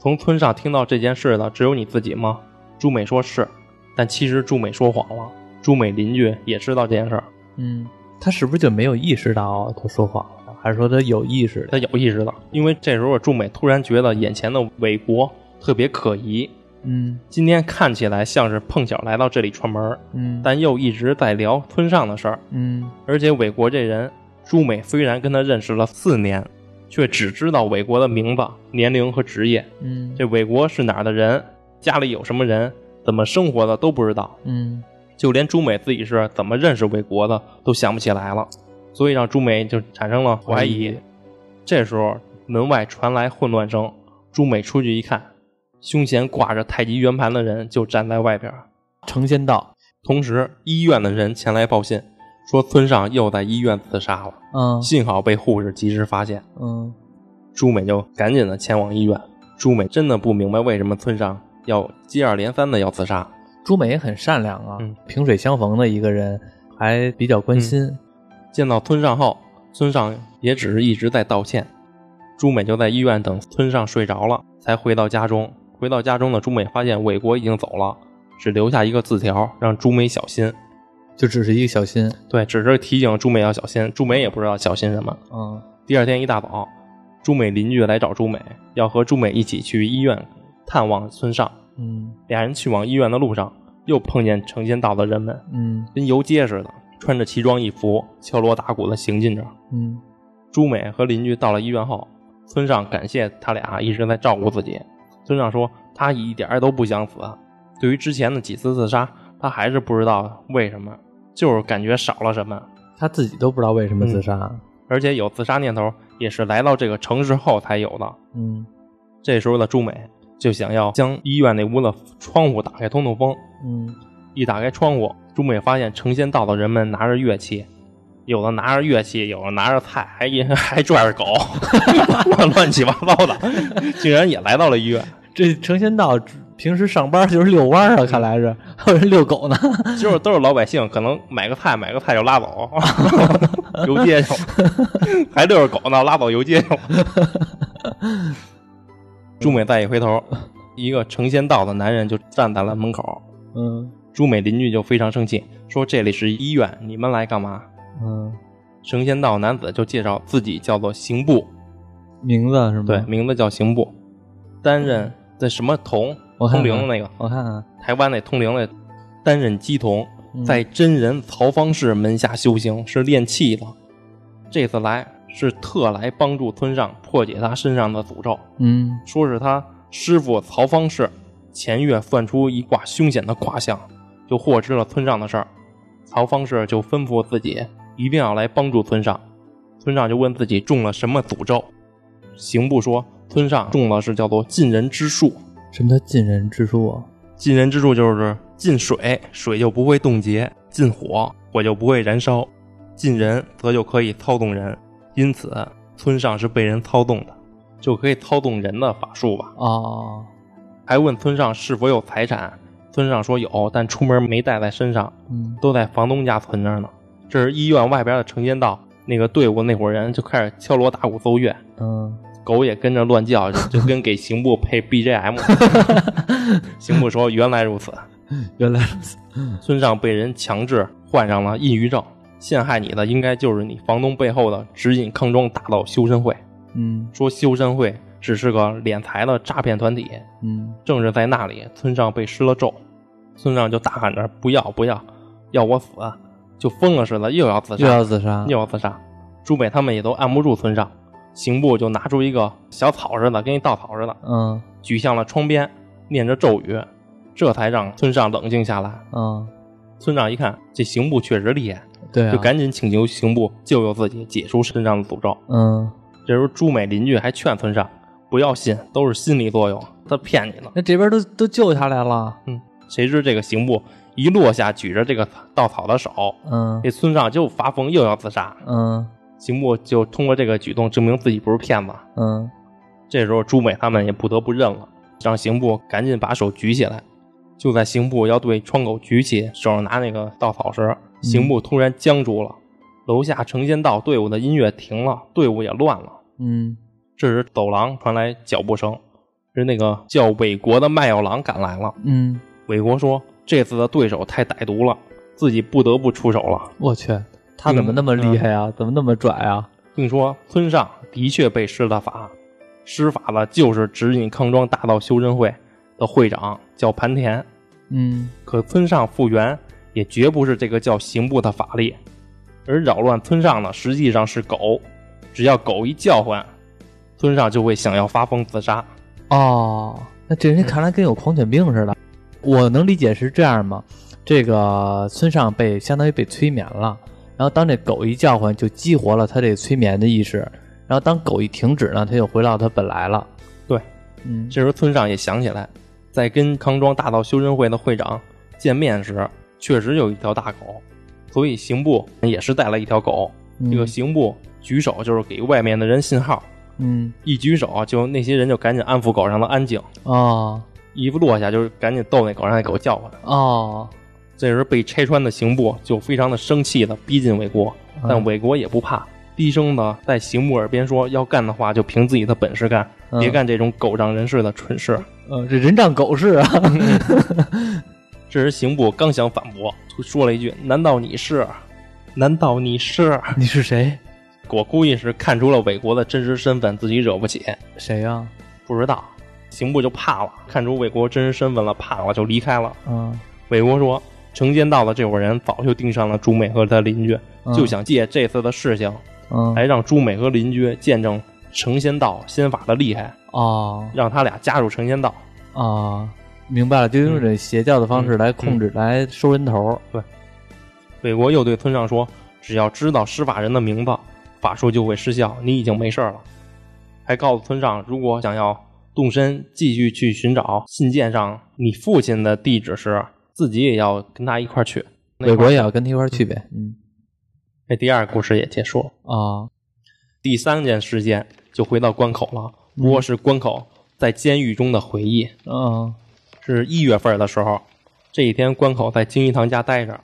S2: 从村上听到这件事的只有你自己吗？”朱美说是，但其实朱美说谎了。朱美邻居也知道这件事儿，
S1: 嗯，他是不是就没有意识到他说谎了，还是说他有意识的？
S2: 他有意识到，因为这时候朱美突然觉得眼前的伟国特别可疑。
S1: 嗯
S2: 今天看起来像是碰巧来到这里串门儿，
S1: 嗯
S2: 但又一直在聊村上的事儿。
S1: 嗯
S2: 而且伟国这人，朱美虽然跟他认识了四年，却只知道伟国的名字、年龄和职业。
S1: 嗯
S2: 这伟国是哪儿的人，家里有什么人，怎么生活的都不知道，
S1: 嗯
S2: 就连朱美自己是怎么认识伟国的都想不起来了，所以让朱美就产生了怀
S1: 怀
S2: 疑。
S1: 疑
S2: 这时候门外传来混乱声，朱美出去一看，胸前挂着太极圆盘的人就站在外边儿，
S1: 成仙道，
S2: 同时医院的人前来报信，说村上又在医院自杀了，
S1: 嗯
S2: 幸好被护士及时发现。
S1: 嗯
S2: 朱美就赶紧的前往医院。朱美真的不明白为什么村上要接二连三的要自杀，
S1: 朱美也很善良啊，
S2: 嗯
S1: 萍水相逢的一个人，还比较关心。
S2: 见到村上后，村上也只是一直在道歉。朱美就在医院等村上睡着了，才回到家中。回到家中呢，朱美发现伟国已经走了，只留下一个字条，让朱美小心。
S1: 就只是一个小心，
S2: 对，只是提醒朱美要小心。朱美也不知道小心什么。
S1: 嗯，
S2: 第二天一大早，朱美邻居来找朱美，要和朱美一起去医院探望村上。
S1: 嗯
S2: 俩人去往医院的路上，又碰见成仙道的人们，
S1: 嗯
S2: 跟游街似的，穿着奇装异服，敲锣打鼓的行进着。
S1: 嗯
S2: 朱美和邻居到了医院后，村上感谢他俩一直在照顾自己。村上说他一点儿都不想死，对于之前的几次自杀，他还是不知道为什么，就是感觉少了什么，
S1: 他自己都不知道为什么自杀。
S2: 而且有自杀念头也是来到这个城市后才有的。
S1: 嗯
S2: 这时候的朱美就想要将医院那屋的窗户打开通通风，
S1: 嗯
S2: 一打开窗户，朱美发现成仙道的人们拿着乐器，有的拿着乐器，有的拿着菜，还一 [laughs] 还拽着狗，乱乱七八糟的，竟然也来到了医院。
S1: 这成仙道平时上班就是遛弯儿啊，看来是还有人遛狗呢。 [laughs]
S2: 就是都是老百姓，可能买个菜，买个菜就拉走， [laughs] 游街去了，还遛着狗呢，拉走游街去了。朱美再一回头，一个成仙道的男人就站在了门口。
S1: 嗯
S2: 朱美邻居就非常生气，说：“这里是医院，你们来干嘛？”
S1: 嗯，
S2: 成仙道男子就介绍自己叫做刑部，
S1: 名字是吗？
S2: 对，名字叫刑部，担任在什么童
S1: 我看
S2: 通
S1: 看
S2: 灵的那个
S1: 我看啊看，
S2: 台湾那通灵的，担任鸡童，
S1: 嗯
S2: 在真人曹方氏门下修行，是练气的。这次来是特来帮助村上破解他身上的诅咒，
S1: 嗯
S2: 说是他师傅曹方氏前月算出一卦凶险的卦象，就获知了村上的事儿。曹方氏就吩咐自己一定要来帮助村上。村上就问自己中了什么诅咒，刑部说村上中了是叫做禁人之术。
S1: 什么叫尽人之术啊？
S2: 禁人之术就是禁水，水就不会冻结；禁火，火就不会燃烧；禁人，则就可以操纵人。因此，村上是被人操纵的，就可以操纵人的法术吧。
S1: 哦，
S2: 还问村上是否有财产，村上说有，但出门没带在身上，
S1: 嗯
S2: 都在房东家存着呢。这是医院外边的成仙道那个队伍那伙人就开始敲锣打鼓奏乐，
S1: 嗯
S2: 狗也跟着乱叫，就就跟给刑部配 BGM。刑部说原来如此，
S1: 原来如此。
S2: 村上被人强制患上了抑郁症，陷害你的应该就是你房东背后的指引坑中打斗修身会，
S1: 嗯
S2: 说修身会只是个敛财的诈骗团体，
S1: 嗯
S2: 正是在那里，村上被施了咒，村上就大喊着“不要不要，要我死”，啊就疯了似的又要自
S1: 嗯又
S2: 杀，
S1: 要自杀？
S2: 又要自杀。朱北他们也都按不住村上，刑部就拿出一个小草似的，跟一稻草似的，
S1: 嗯
S2: 举向了窗边，念着咒语，这才让村上冷静下来。
S1: 嗯，
S2: 村上一看这刑部确实厉害，
S1: 对啊，
S2: 就赶紧请求刑部救救自己，解除身上的诅咒。
S1: 嗯。
S2: 这时候朱美邻居还劝村上不要信，都是心理作用，他骗你呢。
S1: 那这边都都救下来了，
S2: 嗯，谁知这个刑部一落下，举着这个稻草的手，
S1: 嗯
S2: 这村上就发疯，又要自杀。
S1: 嗯
S2: 刑部就通过这个举动证明自己不是骗子。
S1: 嗯
S2: 这时候朱美他们也不得不认了，让刑部赶紧把手举起来。就在刑部要对窗口举起手上拿那个稻草时，刑部突然僵住了。楼下成仙道队伍的音乐停了，队伍也乱了。
S1: 嗯
S2: 这时走廊传来脚步声，是那个叫韦国的卖药郎赶来了。
S1: 嗯，
S2: 韦国说：“这次的对手太歹毒了，自己不得不出手了，
S1: 我去，嗯他怎么那么厉害呀、怎么那么拽啊？
S2: 并说村上的确被施了法，施法的就是指引康庄大道修真会的会长，叫盘田。
S1: 嗯
S2: 可村上复原也绝不是这个叫刑部的法力，而扰乱村上呢，实际上是狗，只要狗一叫唤，村上就会想要发疯自杀。
S1: 哦，那这人看来跟有狂犬病似的。我能理解是这样吗？这个村上被相当于被催眠了，然后当这狗一叫唤，就激活了他这个催眠的意识，然后当狗一停止呢，他又回到他本来了。
S2: 对，
S1: 嗯
S2: 这时候村上也想起来，在跟康庄大道修真会的会长见面时，确实有一条大狗，所以刑部也是带了一条狗。
S1: 嗯
S2: 这个刑部举手就是给外面的人信号，
S1: 嗯
S2: 一举手就那些人就赶紧安抚狗，让它安静。
S1: 哦
S2: 一落下就是赶紧逗那狗，让那狗叫唤。
S1: 哦，
S2: 这时候被拆穿的刑部就非常的生气的逼近韦国，但
S1: 嗯
S2: 韦国也不怕，低声的在邢木耳边说：“要干的话，就凭自己的本事干，
S1: 嗯
S2: 别干这种狗仗人势的蠢事。
S1: 呃，这人仗狗势啊！
S2: 这时刑部刚想反驳，就说了一句：“难道你是？难道 [laughs] 你是
S1: 你是谁？？”
S2: 我估计是看出了韦国的真实身份，自己惹不起，
S1: 谁啊呀、
S2: 不知道。刑部就怕了，看出韦国真实身份了，怕了就离开了。
S1: 嗯，
S2: 韦国说：“程仙道的这伙人早就盯上了朱美和他邻居，
S1: 嗯
S2: 就想哎借这次的事情
S1: 嗯，
S2: 来让朱美和邻居见证成仙道仙法的厉害，
S1: 哦
S2: 让他俩加入成仙道。
S1: 哦，明白了，就用这邪教的方
S2: 嗯
S1: 式来控制、来收人头儿。
S2: 韦国又对村上说：“只要知道施法人的名字，法术就会失效，你已经没事儿了。”还告诉村上，如果想要动身继续去寻找信件上你父亲的地址时，自己也要跟他一块儿去。
S1: 美国也要跟他一块儿去呗。嗯，
S2: 这第二个故事也结束了。
S1: 哦，
S2: 第三件事件就回到关口了，不过是关口在监狱中的回忆。
S1: 嗯，
S2: 是一月份的时候，这一天关口在金一堂家待着，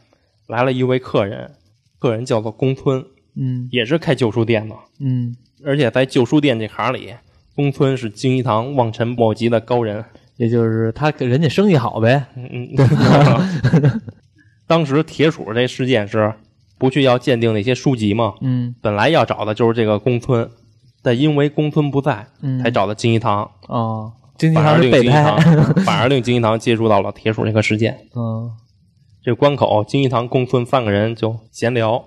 S2: 来了一位客人，客人叫做宫村，
S1: 嗯，
S2: 也是开旧书店的，
S1: 嗯，
S2: 而且在旧书店这行里，宫村是金一堂望尘莫及的高人。
S1: 也就是他给人家生意好呗。
S2: 嗯嗯， [laughs] 当时铁杵这事件是不去要鉴定那些书籍嘛，
S1: 嗯
S2: 本来要找的就是这个宫村，但因为宫村不在，
S1: 嗯，
S2: 才找的金一堂，
S1: 哦，经济
S2: 反而
S1: 舱是
S2: 令
S1: 备
S2: 金一
S1: 胎。
S2: 堂，
S1: [laughs]
S2: 反而令金一堂接触到了铁杵这个事件。
S1: 嗯
S2: 这关口，金一堂、公孙三个人就闲聊。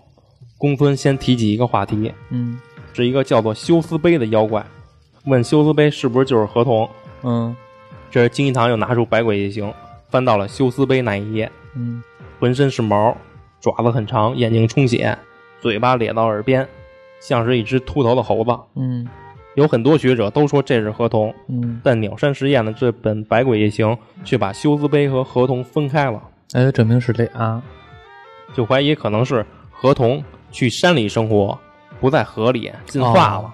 S2: 公孙先提起一个话题，
S1: 嗯
S2: 是一个叫做休斯杯的妖怪，问休斯杯是不是就是合同。
S1: 嗯
S2: 这时金一堂又拿出《百鬼夜行》，翻到了休斯杯那一页，
S1: 嗯
S2: 浑身是毛，爪子很长，眼睛充血，嘴巴咧到耳边，像是一只秃头的猴子。
S1: 嗯
S2: 有很多学者都说这是合同，
S1: 嗯，
S2: 但鸟山实验的这本《百鬼夜行》却把休斯杯和合同分开了。
S1: 哎，证明是这啊。
S2: 就怀疑可能是河童去山里生活，不在河里进化了，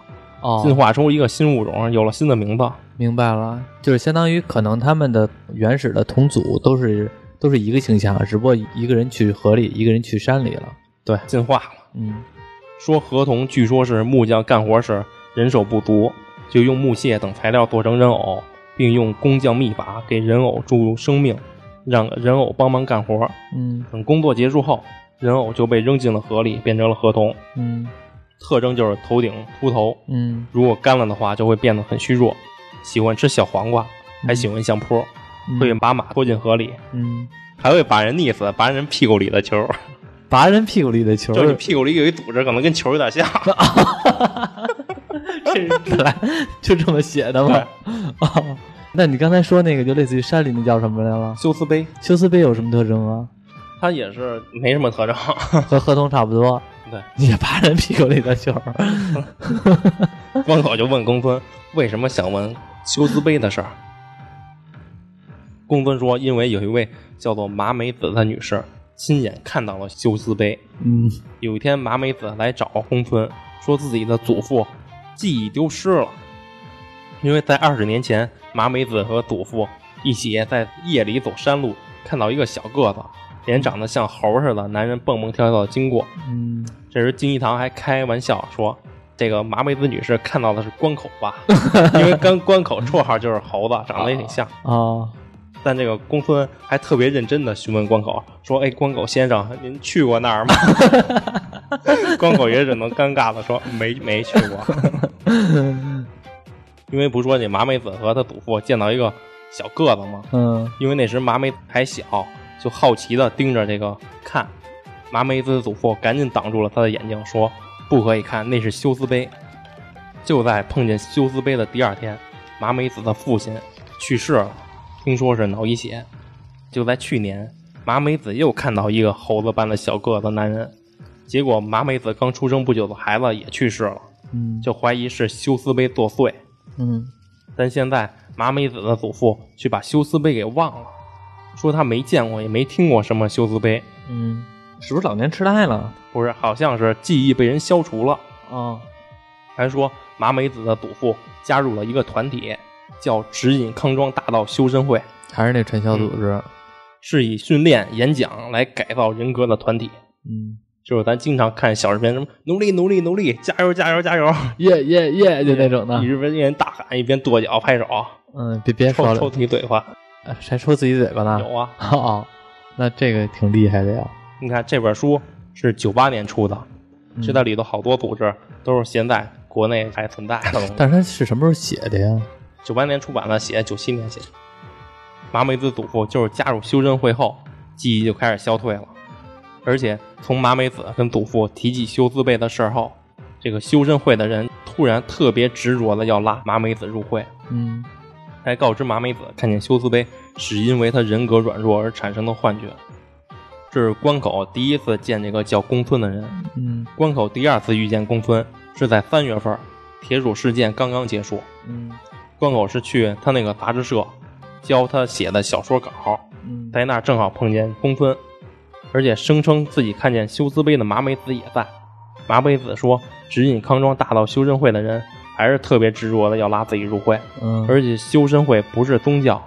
S2: 进
S1: 哦，
S2: 化出一个新物种，有了新的名字。
S1: 明白了，就是相当于可能他们的原始的同组都是都是一个形象，只不过一个人去河里，一个人去山里了。
S2: 对，进化了。
S1: 嗯
S2: 说河童据说是木匠干活时人手不足，就用木屑等材料做成人偶，并用工匠秘法给人偶注入生命，让人偶帮忙干活。
S1: 嗯
S2: 等工作结束后，人偶就被扔进了河里，变成了河童。
S1: 嗯
S2: 特征就是头顶秃头，
S1: 嗯
S2: 如果干了的话，就会变得很虚弱，喜欢吃小黄瓜，还喜欢相扑，
S1: 嗯
S2: 会把马拖进河里，
S1: 嗯，
S2: 还会把人溺死，拔人屁股里的球，
S1: 拔人屁股里的球
S2: 就，是你屁股里有一组织，可能跟球有点像。 [laughs]
S1: 这是 [laughs] 本来就这么写的吗？ [laughs] 哦，那你刚才说那个就类似于山里那叫什么来了？
S2: 休斯杯，
S1: 休斯杯有什么特征啊？
S2: 它也是没什么特征。 [laughs]
S1: 和合同差不多，
S2: 对，
S1: 也拔人屁股里的球。 [laughs]
S2: 关口就问公孙为什么想问休斯杯的事儿。公孙说，因为有一位叫做麻美子的女士亲眼看到了休斯杯，
S1: 嗯
S2: 有一天，麻美子来找宫村，说自己的祖父记忆丢失了，因为在二十年前，麻美子和祖父一起在夜里走山路，看到一个小个子，脸长得像猴似的男人蹦蹦跳跳的经过。
S1: 嗯，
S2: 这时，金一堂还开玩笑说：“这个麻美子女士看到的是关口吧？因为跟关口绰号就是猴子，长得也挺像。”
S1: 哦，
S2: 但这个公孙还特别认真的询问关口说：“哎，关口先生，您去过那儿吗？” [laughs] 关口也只能尴尬的说：“没，没去过。”因为不说这麻美子和他祖父见到一个小个子吗？
S1: 嗯
S2: 因为那时麻美子还小，就好奇的盯着这个看。麻美子的祖父赶紧挡住了他的眼睛，说：“不可以看，那是休斯杯。”就在碰见休斯杯的第二天，麻美子的父亲去世了，听说是脑溢血。就在去年，麻美子又看到一个猴子般的小个子男人，结果麻美子刚出生不久的孩子也去世了，
S1: 嗯
S2: 就怀疑是休斯杯作祟。
S1: 嗯
S2: 但现在麻美子的祖父却把休斯杯给忘了，说他没见过也没听过什么休斯杯，
S1: 嗯，是不是老年痴呆了？
S2: 不是，好像是记忆被人消除了。
S1: 哦，
S2: 还说麻美子的祖父加入了一个团体，叫指引康庄大道修身会，
S1: 还是那传销组织。
S2: 是以训练、演讲来改造人格的团体。
S1: 嗯
S2: 就是咱经常看小视频，什么努力努力努力，加油加油加油，
S1: 耶耶耶，就那种的
S2: 一。边一人大喊一边跺脚拍手，
S1: 嗯，别别说
S2: 抽抽
S1: 了，
S2: 自己嘴巴。
S1: 呃还抽自己嘴巴呢。
S2: 有啊，
S1: [laughs] 哦，那这个挺厉害的呀。
S2: 你看这本书是九八年出的，
S1: 嗯
S2: 这道里头好多组织都是现在国内还存在的东西。
S1: 但是他是什么时候写的呀？
S2: 九八年出版的，写九七年写。麻美子祖父就是加入修真会后，记忆就开始消退了，而且从麻美子跟祖父提起修字辈的事儿后，这个修真会的人突然特别执着的要拉麻美子入会，
S1: 嗯
S2: 还告知麻美子看见修字碑是因为他人格软弱而产生的幻觉。这是关口第一次见这个叫公孙的人，
S1: 嗯
S2: 关口第二次遇见公孙是在三月份，铁鼠事件刚刚结束，
S1: 嗯
S2: 关口是去他那个杂志社教他写的小说稿，
S1: 嗯
S2: 在那儿正好碰见公孙，而且声称自己看见修斯杯的麻美子也在。麻美子说，指引康庄大道修真会的人还是特别执着的要拉自己入会，
S1: 嗯，
S2: 而且修真会不是宗教，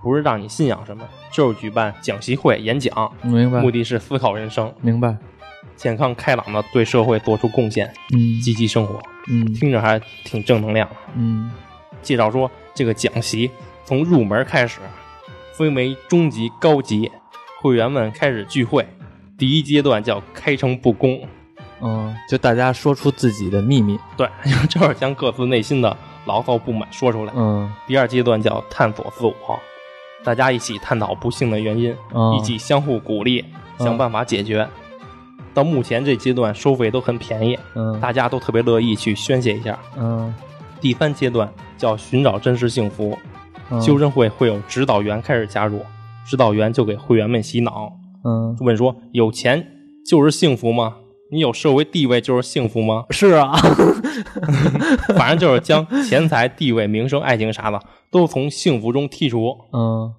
S2: 不是让你信仰什么，就是举办讲习会、演讲，
S1: 嗯明白
S2: 目的是思考人生，
S1: 明白。
S2: 健康开朗的对社会做出贡献，
S1: 嗯
S2: 积极生活，
S1: 嗯
S2: 听着还挺正能量的。
S1: 嗯
S2: 介绍说，这个讲习从入门开始，分为中级、高级，会员们开始聚会。第一阶段叫开诚布公，
S1: 嗯，就大家说出自己的秘密。
S2: 对， [laughs] 就是将各自内心的牢骚不满说出来。
S1: 嗯
S2: 第二阶段叫探索自我，大家一起探讨不幸的原因，
S1: 嗯
S2: 一起相互鼓励，
S1: 嗯
S2: 想办法解决。到目前这阶段，收费都很便宜，
S1: 嗯
S2: 大家都特别乐意去宣泄一下。
S1: 嗯
S2: 第三阶段叫寻找真实幸福，
S1: 嗯
S2: 修真会会有指导员开始加入，指导员就给会员们洗脑，
S1: 嗯？
S2: 问说有钱就是幸福吗？你有社会地位就是幸福吗
S1: 是啊，
S2: 反正就是将钱财、地位、名声、爱情啥的都从幸福中剔除。 [laughs]
S1: 嗯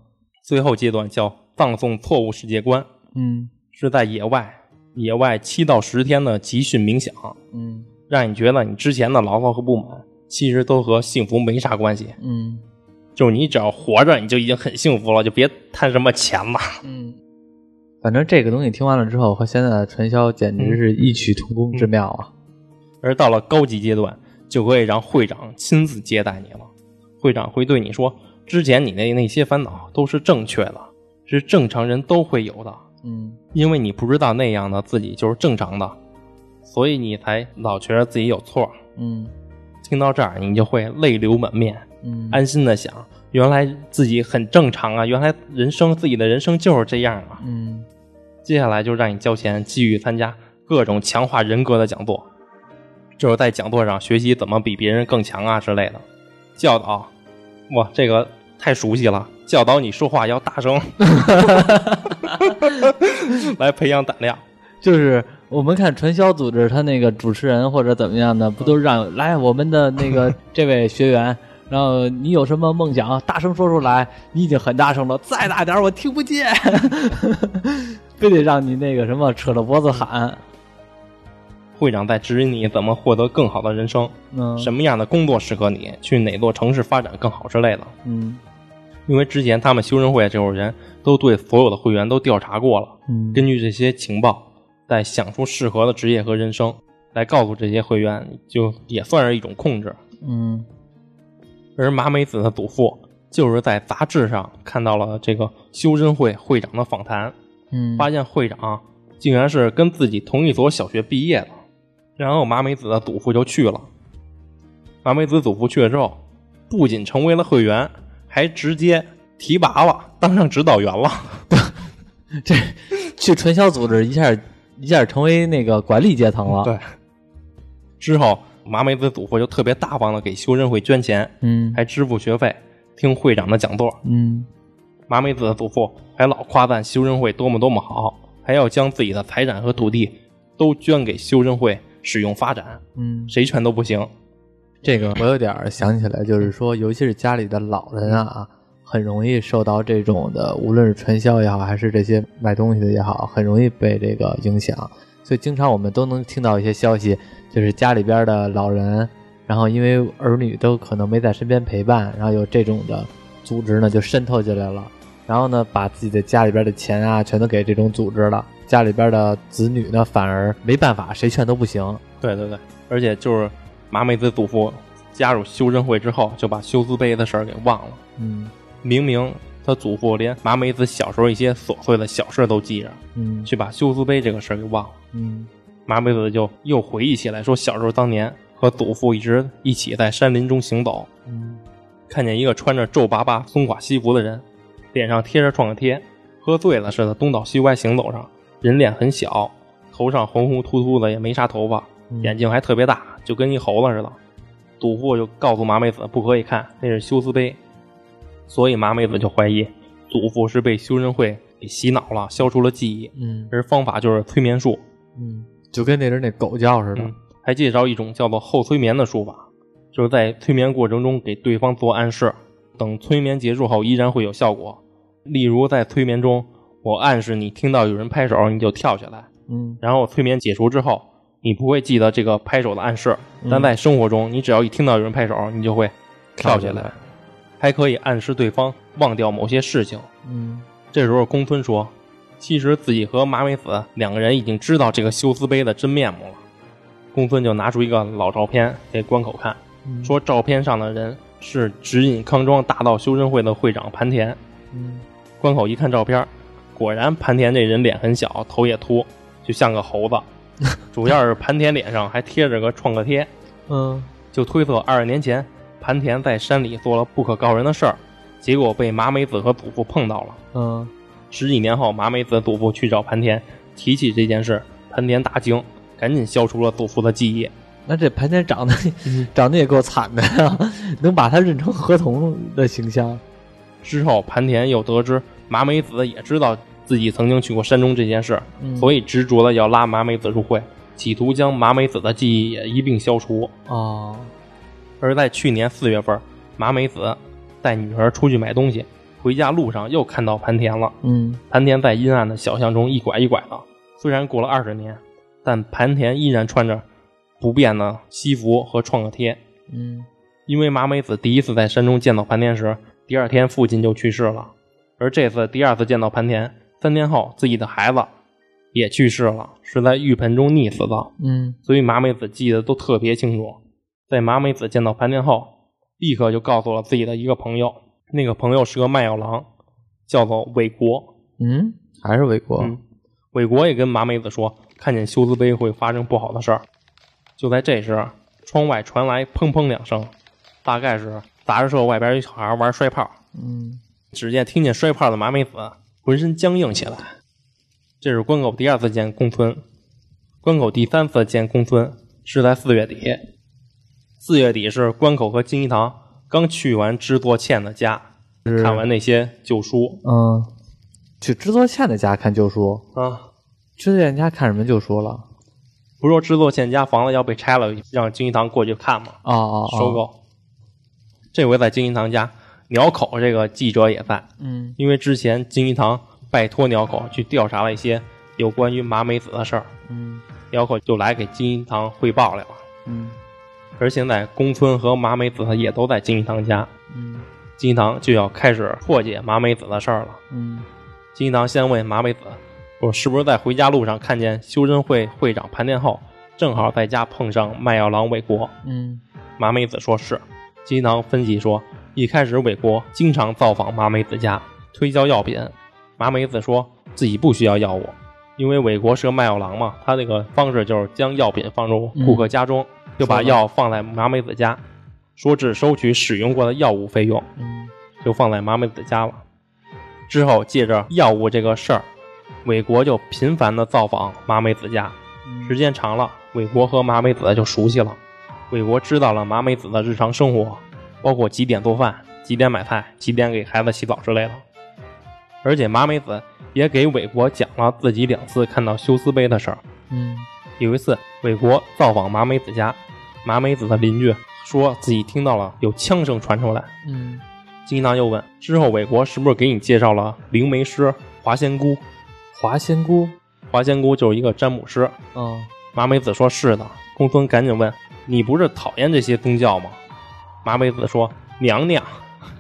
S2: 最后阶段叫葬送错误世界观，
S1: 嗯
S2: 是在野外，野外七到十天的集训冥想，
S1: 嗯
S2: 让你觉得你之前的牢骚和不满其实都和幸福没啥关系，
S1: 嗯
S2: 就是你只要活着你就已经很幸福了，就别贪什么钱了。 [laughs]
S1: 嗯， [laughs] 反正这个东西听完了之后，和现在的传销简直是异曲同工之妙啊。
S2: 而到了高级阶段，就可以让会长亲自接待你了。会长会对你说，之前你的那些烦恼都是正确的，是正常人都会有的，
S1: 嗯
S2: 因为你不知道那样的自己就是正常的，所以你才老觉得自己有错。
S1: 嗯
S2: 听到这儿，你就会泪流满面，
S1: 嗯，
S2: 安心的想，原来自己很正常啊，原来人生自己的人生就是这样啊。
S1: 嗯
S2: 接下来就让你交钱继续参加各种强化人格的讲座，就是在讲座上学习怎么比别人更强啊之类的。教导，哇，这个太熟悉了。教导你说话要大声，来培养胆量。
S1: 就是我们看传销组织，他那个主持人或者怎么样的，不都让来我们的那
S2: [laughs]
S1: 个这位学员，然后你有什么梦想，大声说出来。你已经很大声了，再大点儿我听不见， [laughs] 非得让你那个什么扯着脖子喊。
S2: 会长在指引你怎么获得更好的人生，
S1: 嗯，
S2: 什么样的工作适合你，去哪座城市发展更好之类的。
S1: 嗯
S2: 因为之前他们修正会这种人都对所有的会员都调查过了，
S1: 嗯
S2: 根据这些情报，再想出适合的职业和人生，来告诉这些会员，就也算是一种控制。
S1: 嗯
S2: 而麻美子的祖父就是在杂志上看到了这个修真会会长的访谈，
S1: 嗯，
S2: 发现会长竟然是跟自己同一所小学毕业的，然后麻美子的祖父就去了。麻美子祖父去了之后，不仅成为了会员，还直接提拔了，当上指导员了。
S1: 去传销组织一下一下成为那个管理阶层了。
S2: 对，啊之后麻美子祖父就特别大方的给修真会捐钱，
S1: 嗯
S2: 还支付学费，听会长的讲座。
S1: 嗯
S2: 麻美子的祖父还老夸赞修真会多么多么好，还要将自己的财产和土地都捐给修真会使用发展，
S1: 嗯，
S2: 谁劝都不行。
S1: 这个我有点儿想起来，就是说，尤其是家里的老人啊，很容易受到这种的，无论是传销也好，还是这些卖东西的也好，很容易被这个影响。所以经常我们都能听到一些消息，就是家里边的老人，然后因为儿女都可能没在身边陪伴，然后有这种的组织呢就渗透进来了，然后呢把自己的家里边的钱啊全都给这种组织了，家里边的子女呢，反而没办法，谁劝都不行。
S2: 对对对，而且就是麻美子祖父加入修真会之后，就把修斯杯的事儿给忘了。
S1: 嗯
S2: 明明他祖父连麻美子小时候一些琐碎的小事都记着，
S1: 嗯
S2: 却把修斯杯这个事儿给忘了。
S1: 嗯
S2: 麻美子就又回忆起来，说小时候当年和祖父一直一起在山林中行走，
S1: 嗯
S2: 看见一个穿着皱巴巴松垮西服的人，脸上贴着创可贴，喝醉了似的东倒西歪行走上，人脸很小，头上红红秃秃的，也没啥头发，
S1: 嗯
S2: 眼睛还特别大，就跟一猴子似的。祖父就告诉麻美子不可以看，那是修斯杯，所以麻美子就怀疑祖父是被修真会给洗脑了，消除了记忆，
S1: 嗯
S2: 而方法就是催眠术。
S1: 嗯，就跟那人那狗叫似的。
S2: 嗯，还介绍一种叫做后催眠的术法，就是在催眠过程中给对方做暗示，等催眠结束后依然会有效果。例如在催眠中，我暗示你听到有人拍手，你就跳起来，
S1: 嗯
S2: 然后催眠解除之后，你不会记得这个拍手的暗示，
S1: 嗯
S2: 但在生活中，你只要一听到有人拍手，你就会
S1: 跳
S2: 跳
S1: 起
S2: 起
S1: 来
S2: 来，还可以暗示对方忘掉某些事情。
S1: 嗯
S2: 这时候，公孙说：“其实自己和麻美子两个人已经知道这个休斯杯的真面目了。”公孙就拿出一个老照片给关口看，
S1: 嗯
S2: 说照片上的人是指引康庄大道修真会的会长盘田。
S1: 嗯
S2: 关口一看照片，果然盘田这人脸很小，头也秃，就像个猴子。主要是盘田脸上还贴着个创可贴，
S1: 嗯
S2: 就推测二十年前盘田在山里做了不可告人的事儿，结果被麻美子和祖父碰到了。
S1: 嗯
S2: 十几年后，麻美子祖父去找盘田，提起这件事，盘田大惊，赶紧消除了祖父的记忆。
S1: 那这盘田长得 [laughs] 长得也够惨的呀，能把他认成河童的形象。
S2: 之后，盘田又得知麻美子也知道自己曾经去过山中这件事，
S1: 嗯
S2: 所以执着的要拉麻美子入会，企图将麻美子的记忆也一并消除。
S1: 哦，
S2: 而在去年四月份，麻美子带女儿出去买东西，回家路上又看到盘田了。
S1: 嗯
S2: 盘田在阴暗的小巷中一拐一拐的。虽然过了二十年，但盘田依然穿着不变的西服和创可贴。
S1: 嗯
S2: 因为麻美子第一次在山中见到盘田时，第二天父亲就去世了，而这次第二次见到盘田，三天后自己的孩子也去世了，是在浴盆中溺死的。
S1: 嗯
S2: 所以麻美子记得都特别清楚。在麻美子见到盘田后，立刻就告诉了自己的一个朋友，那个朋友是个卖药郎，叫做伟国。
S1: 嗯，还是魏国。
S2: 嗯，伟国也跟麻美子说，看见休斯杯会发生不好的事儿。就在这时，窗外传来砰砰两声，大概是杂志社外边有小孩玩摔炮。
S1: 嗯
S2: 只见听见摔炮的麻美子浑身僵硬起来。这是关口第二次见公孙，关口第三次见公孙是在四月底。四月底是关口和金一堂刚去完制作倩的家，
S1: 是
S2: 看完那些旧书
S1: 嗯，去制作倩的家看旧书，
S2: 啊，
S1: 制作倩家看什么旧书了？
S2: 不是说制作倩家房子要被拆了，让金一堂过去看吗？
S1: 哦哦，哦
S2: 收购。这回在金一堂家，鸟口这个记者也在，
S1: 嗯
S2: 因为之前金一堂拜托鸟口去调查了一些有关于麻美子的事儿，
S1: 嗯
S2: 鸟口就来给金一堂汇报来了。
S1: 嗯
S2: 而现在宫村和麻美子也都在金一堂家，
S1: 嗯
S2: 金一堂就要开始破解麻美子的事儿了。
S1: 嗯
S2: 金一堂先问麻美子：“我是不是在回家路上看见修真会会长盘田后，正好在家碰上卖药郎卫国？”
S1: 嗯
S2: 麻美子说是。金囊分析说，一开始伟国经常造访麻美子家推销药品，麻美子说自己不需要药物，因为伟国是个卖药郎嘛，他那个方式就是将药品放入顾客家中，就把药放在麻美子家，说只收取使用过的药物费用，
S1: 嗯
S2: 就放在麻美子家了。之后借着药物这个事儿，伟国就频繁的造访麻美子家，
S1: 嗯
S2: 时间长了，伟国和麻美子就熟悉了。伟国知道了麻美子的日常生活，包括几点做饭、几点买菜、几点给孩子洗澡之类的。而且麻美子也给伟国讲了自己两次看到休斯杯的事儿。
S1: 嗯
S2: 有一次，伟国造访麻美子家，麻美子的邻居说自己听到了有枪声传出来。
S1: 嗯
S2: 金堂又问之后，伟国是不是给你介绍了灵媒师华仙姑？
S1: 华仙姑，
S2: 华仙姑就是一个占卜师，
S1: 嗯
S2: 麻美子说：“是的。”公孙赶紧问：“你不是讨厌这些宗教吗？”麻美子说：“娘娘。”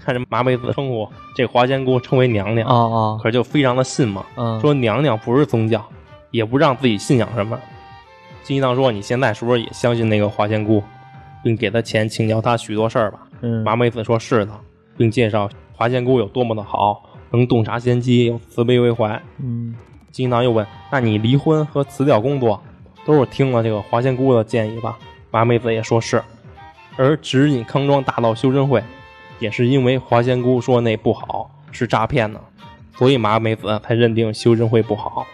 S2: 看着麻美子称呼这华仙姑称为娘娘，
S1: 哦哦，
S2: 可就非常的信嘛，
S1: 嗯
S2: 说娘娘不是宗教，也不让自己信仰什么。金一堂说：“你现在是不是也相信那个花仙姑，并给他钱请教他许多事儿吧？”
S1: 嗯
S2: 麻美子说：“是的。”并介绍华仙姑有多么的好，能洞察先机，又慈悲为怀。
S1: 嗯
S2: 金一堂又问：“那你离婚和辞掉工作，都是听了这个华仙姑的建议吧？”麻美子也说是。而指引康庄大道修真会，也是因为华仙姑说那不好是诈骗呢，所以麻美子才认定修真会不好。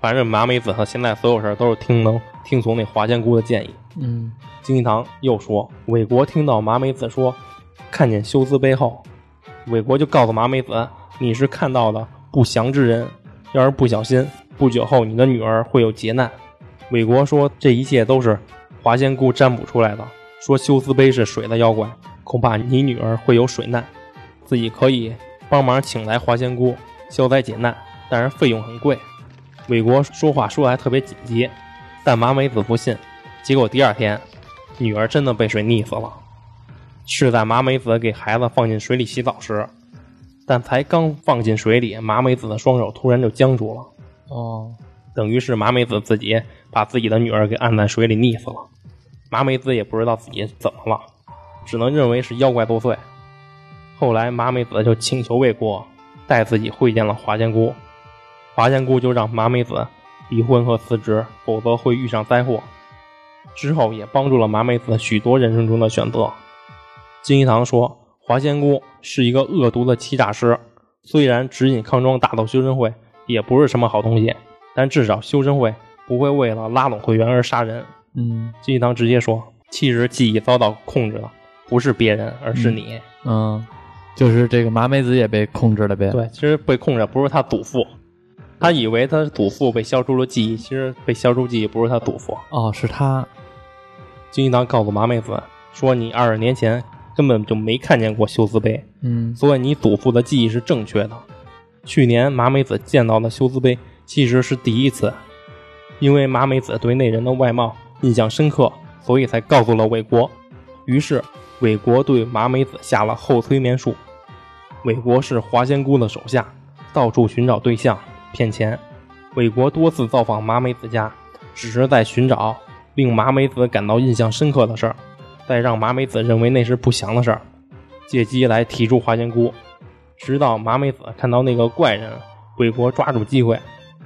S2: 反正麻美子和现在所有事儿都是听能听从那华仙姑的建议。
S1: 嗯
S2: 金一堂又说，韦国听到麻美子说看见修斯背后，韦国就告诉麻美子，你是看到了不祥之人，要是不小心，不久后你的女儿会有劫难。韦国说这一切都是华仙姑占卜出来的，说修斯杯是水的妖怪，恐怕你女儿会有水难，自己可以帮忙请来华仙姑消灾解难，但是费用很贵。韦国说话说得还特别紧急，但麻美子不信，结果第二天，女儿真的被水溺死了。是在麻美子给孩子放进水里洗澡时，但才刚放进水里，麻美子的双手突然就僵住了，
S1: 哦
S2: 等于是麻美子自己把自己的女儿给按在水里溺死了。麻美子也不知道自己怎么了，只能认为是妖怪作祟。后来麻美子就请求未果带自己会见了华仙姑，华仙姑就让麻美子离婚和辞职，否则会遇上灾祸。之后也帮助了麻美子许多人生中的选择。金一堂说，华仙姑是一个恶毒的欺诈师，虽然指引康庄大道修真会也不是什么好东西，但至少修真会不会为了拉拢会员而杀人。
S1: 嗯
S2: 金一堂直接说，其实记忆遭到控制了，不是别人，而是你。
S1: 嗯，就是这个麻美子也被控制了呗。，
S2: 对，其实被控制不是他祖父，他以为他祖父被消除了记忆，其实被消除记忆不是他祖父。
S1: 哦，是他。
S2: 金一堂告诉麻美子说：“你二十年前根本就没看见过休斯杯，
S1: 嗯
S2: 所以你祖父的记忆是正确的。去年麻美子见到的休斯杯其实是第一次，因为麻美子对那人的外貌印象深刻，所以才告诉了韦国。于是韦国对麻美子下了后催眠术。韦国是华仙姑的手下，到处寻找对象骗钱。韦国多次造访麻美子家，只是在寻找令麻美子感到印象深刻的事儿，再让麻美子认为那是不祥的事儿，借机来提出花仙姑。直到麻美子看到那个怪人，韦国抓住机会，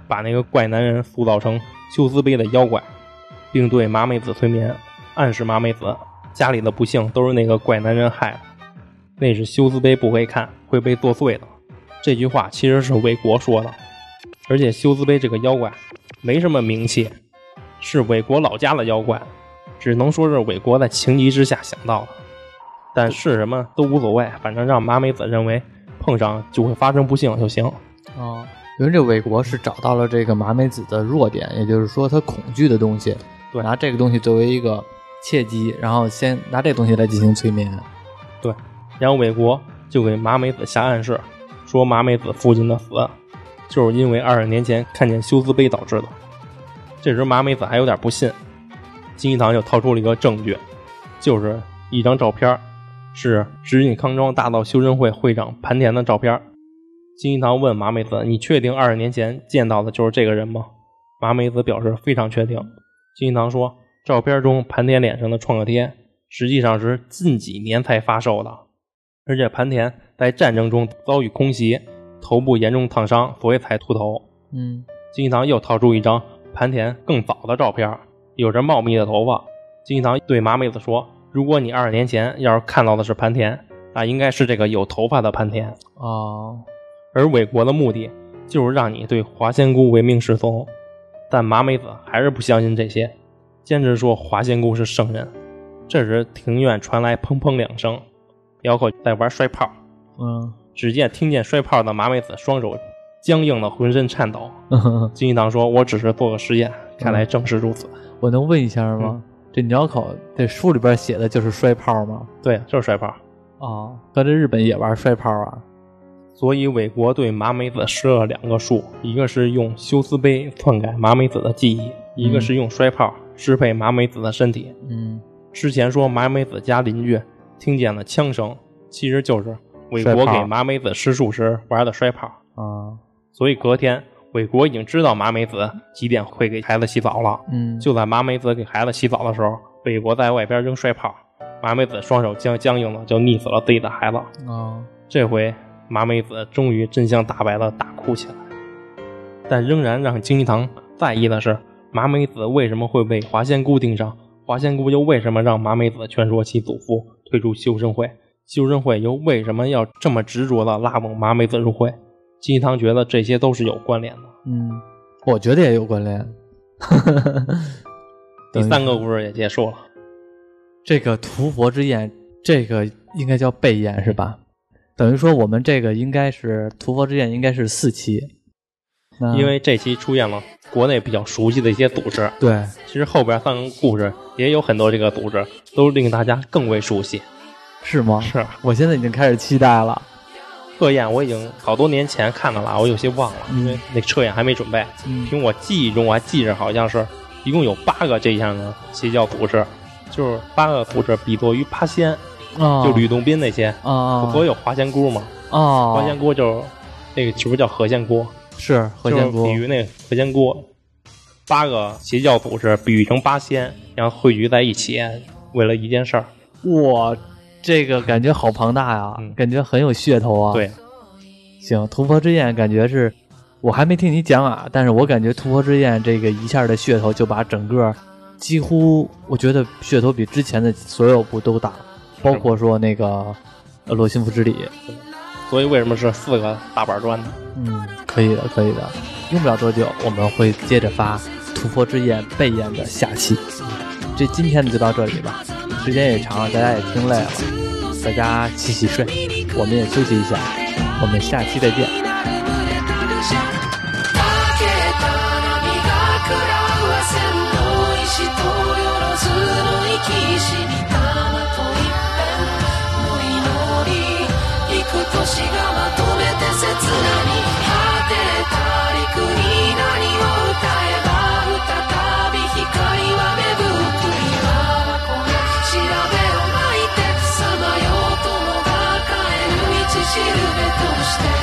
S2: 把那个怪男人塑造成休斯杯的妖怪，并对麻美子催眠，暗示麻美子家里的不幸都是那个怪男人害的，那是休斯杯不会看，会被作祟的。这句话其实是韦国说的，而且休斯杯这个妖怪没什么名气，是韦国老家的妖怪，只能说是韦国在情急之下想到的。但是什么都无所谓，反正让麻美子认为碰上就会发生不幸就行。
S1: 哦，因为这韦国是找到了这个麻美子的弱点，也就是说她恐惧的东西，
S2: 对
S1: 拿这个东西作为一个契机，然后先拿这个东西来进行催眠。
S2: 然后韦国就给麻美子下暗示，说麻美子父亲的死就是因为二十年前看见休斯杯导致的。这时麻美子还有点不信，金一堂就掏出了一个证据，就是一张照片儿，是指引康庄大道修真会会长盘田的照片儿。金一堂问麻美子：“你确定二十年前见到的就是这个人吗？”麻美子表示非常确定。金一堂说：“照片中盘田脸上的创可贴，实际上是近几年才发售的。”而且盘田在战争中遭遇空袭，头部严重烫伤，所以才秃头。
S1: 嗯
S2: 金一堂又掏出一张盘田更早的照片，有着茂密的头发。金一堂对麻美子说：“如果你二十年前要是看到的是盘田，那应该是这个有头发的盘田。
S1: 哦
S2: 而韦国的目的就是让你对华仙姑唯命是从。”但麻美子还是不相信这些，坚持说华仙姑是圣人。这时庭院传来砰砰两声，辽口在玩摔炮。
S1: 嗯 [laughs]
S2: 只见听见摔炮的麻美子双手僵硬的，浑身颤抖。
S1: 呵呵，
S2: 金一堂说：“我只是做个实验，看
S1: 嗯
S2: 来正是如此。
S1: 我能问一下吗？这鸟口这书里边写的就是摔炮吗？
S2: 对，就是摔炮。
S1: 哦，合着日本也玩摔炮啊？
S2: 所以韦国对麻美子施了两个术，一个是用休斯杯篡改麻美子的记忆，一个是用摔炮支配麻美子的身体。
S1: 嗯，
S2: 之前说麻美子家邻居听见了枪声，其实就是韦国
S1: 摔炮
S2: 给麻美子施术时玩的摔炮。
S1: 啊
S2: 所以隔天，鬼国已经知道麻美子几点会给孩子洗澡了。
S1: 嗯，
S2: 就在麻美子给孩子洗澡的时候，北国在外边扔摔炮，麻美子双手僵僵硬的就溺死了自己的孩子。
S1: 哦，
S2: 这回麻美子终于真相大白的大哭起来，但仍然让京一堂在意的是，麻美子为什么会被华仙姑盯上？华仙姑又为什么让麻美子劝说其祖父退出修身会？修身会又为什么要这么执着的拉拢麻美子入会？金一堂觉得这些都是有关联的。
S1: 嗯，我觉得也有关联。 [laughs]
S2: 第
S1: 等于
S2: 三个故事也结束了，
S1: 这个屠佛之宴，这个应该叫备宴是吧？等于说我们这个应该是屠佛之宴，应该是四期，那
S2: 因为这期出现了国内比较熟悉的一些组织。
S1: 对，
S2: 其实后边三个故事也有很多这个组织，都令大家更为熟悉。
S1: 是吗？
S2: 是
S1: 我现在已经开始期待了。
S2: 测验，我已经好多年前看的了，我有些忘了，因为那测验还没准备。
S1: 嗯
S2: 凭我记忆中，我还记着好像是一共有八个这样的邪教组织，就是八个组织比作于八仙，
S1: 啊，
S2: 就吕洞宾那些，
S1: 啊
S2: 不有花仙姑嘛？
S1: 啊，
S2: 花仙姑就是那个，是不是叫何仙姑？
S1: 是何
S2: 就是
S1: 仙姑
S2: 比喻那个何仙姑，八个邪教组织比喻成八仙，然后汇聚在一起，为了一件事儿。
S1: 哇，这个感觉好庞大呀、
S2: 嗯
S1: 感觉很有噱头啊。，
S2: 对，
S1: 行，屠佛之宴感觉是，我还没听你讲啊，但是我感觉屠佛之宴这个一下的噱头就把整个几乎，我觉得噱头比之前的所有部都大，包括说那个呃罗幸福之礼，
S2: 所以为什么是四个大板砖呢？
S1: 嗯，可以的，可以的，用不了多久我们会接着发屠佛之宴备宴的下期，这今天的就到这里吧，时间也长了，大家也听累了，大家洗洗睡，我们也休息一下，我们下期再见。
S3: 「負けた涙ぐらせんの石とよろずの生きし」「玉と一片の祈り」「幾年がまとめて刹那に果てた陸に何を歌えば再び光は芽吹く」「今はこの調べをまいてさまよう友が帰る道しるべとして」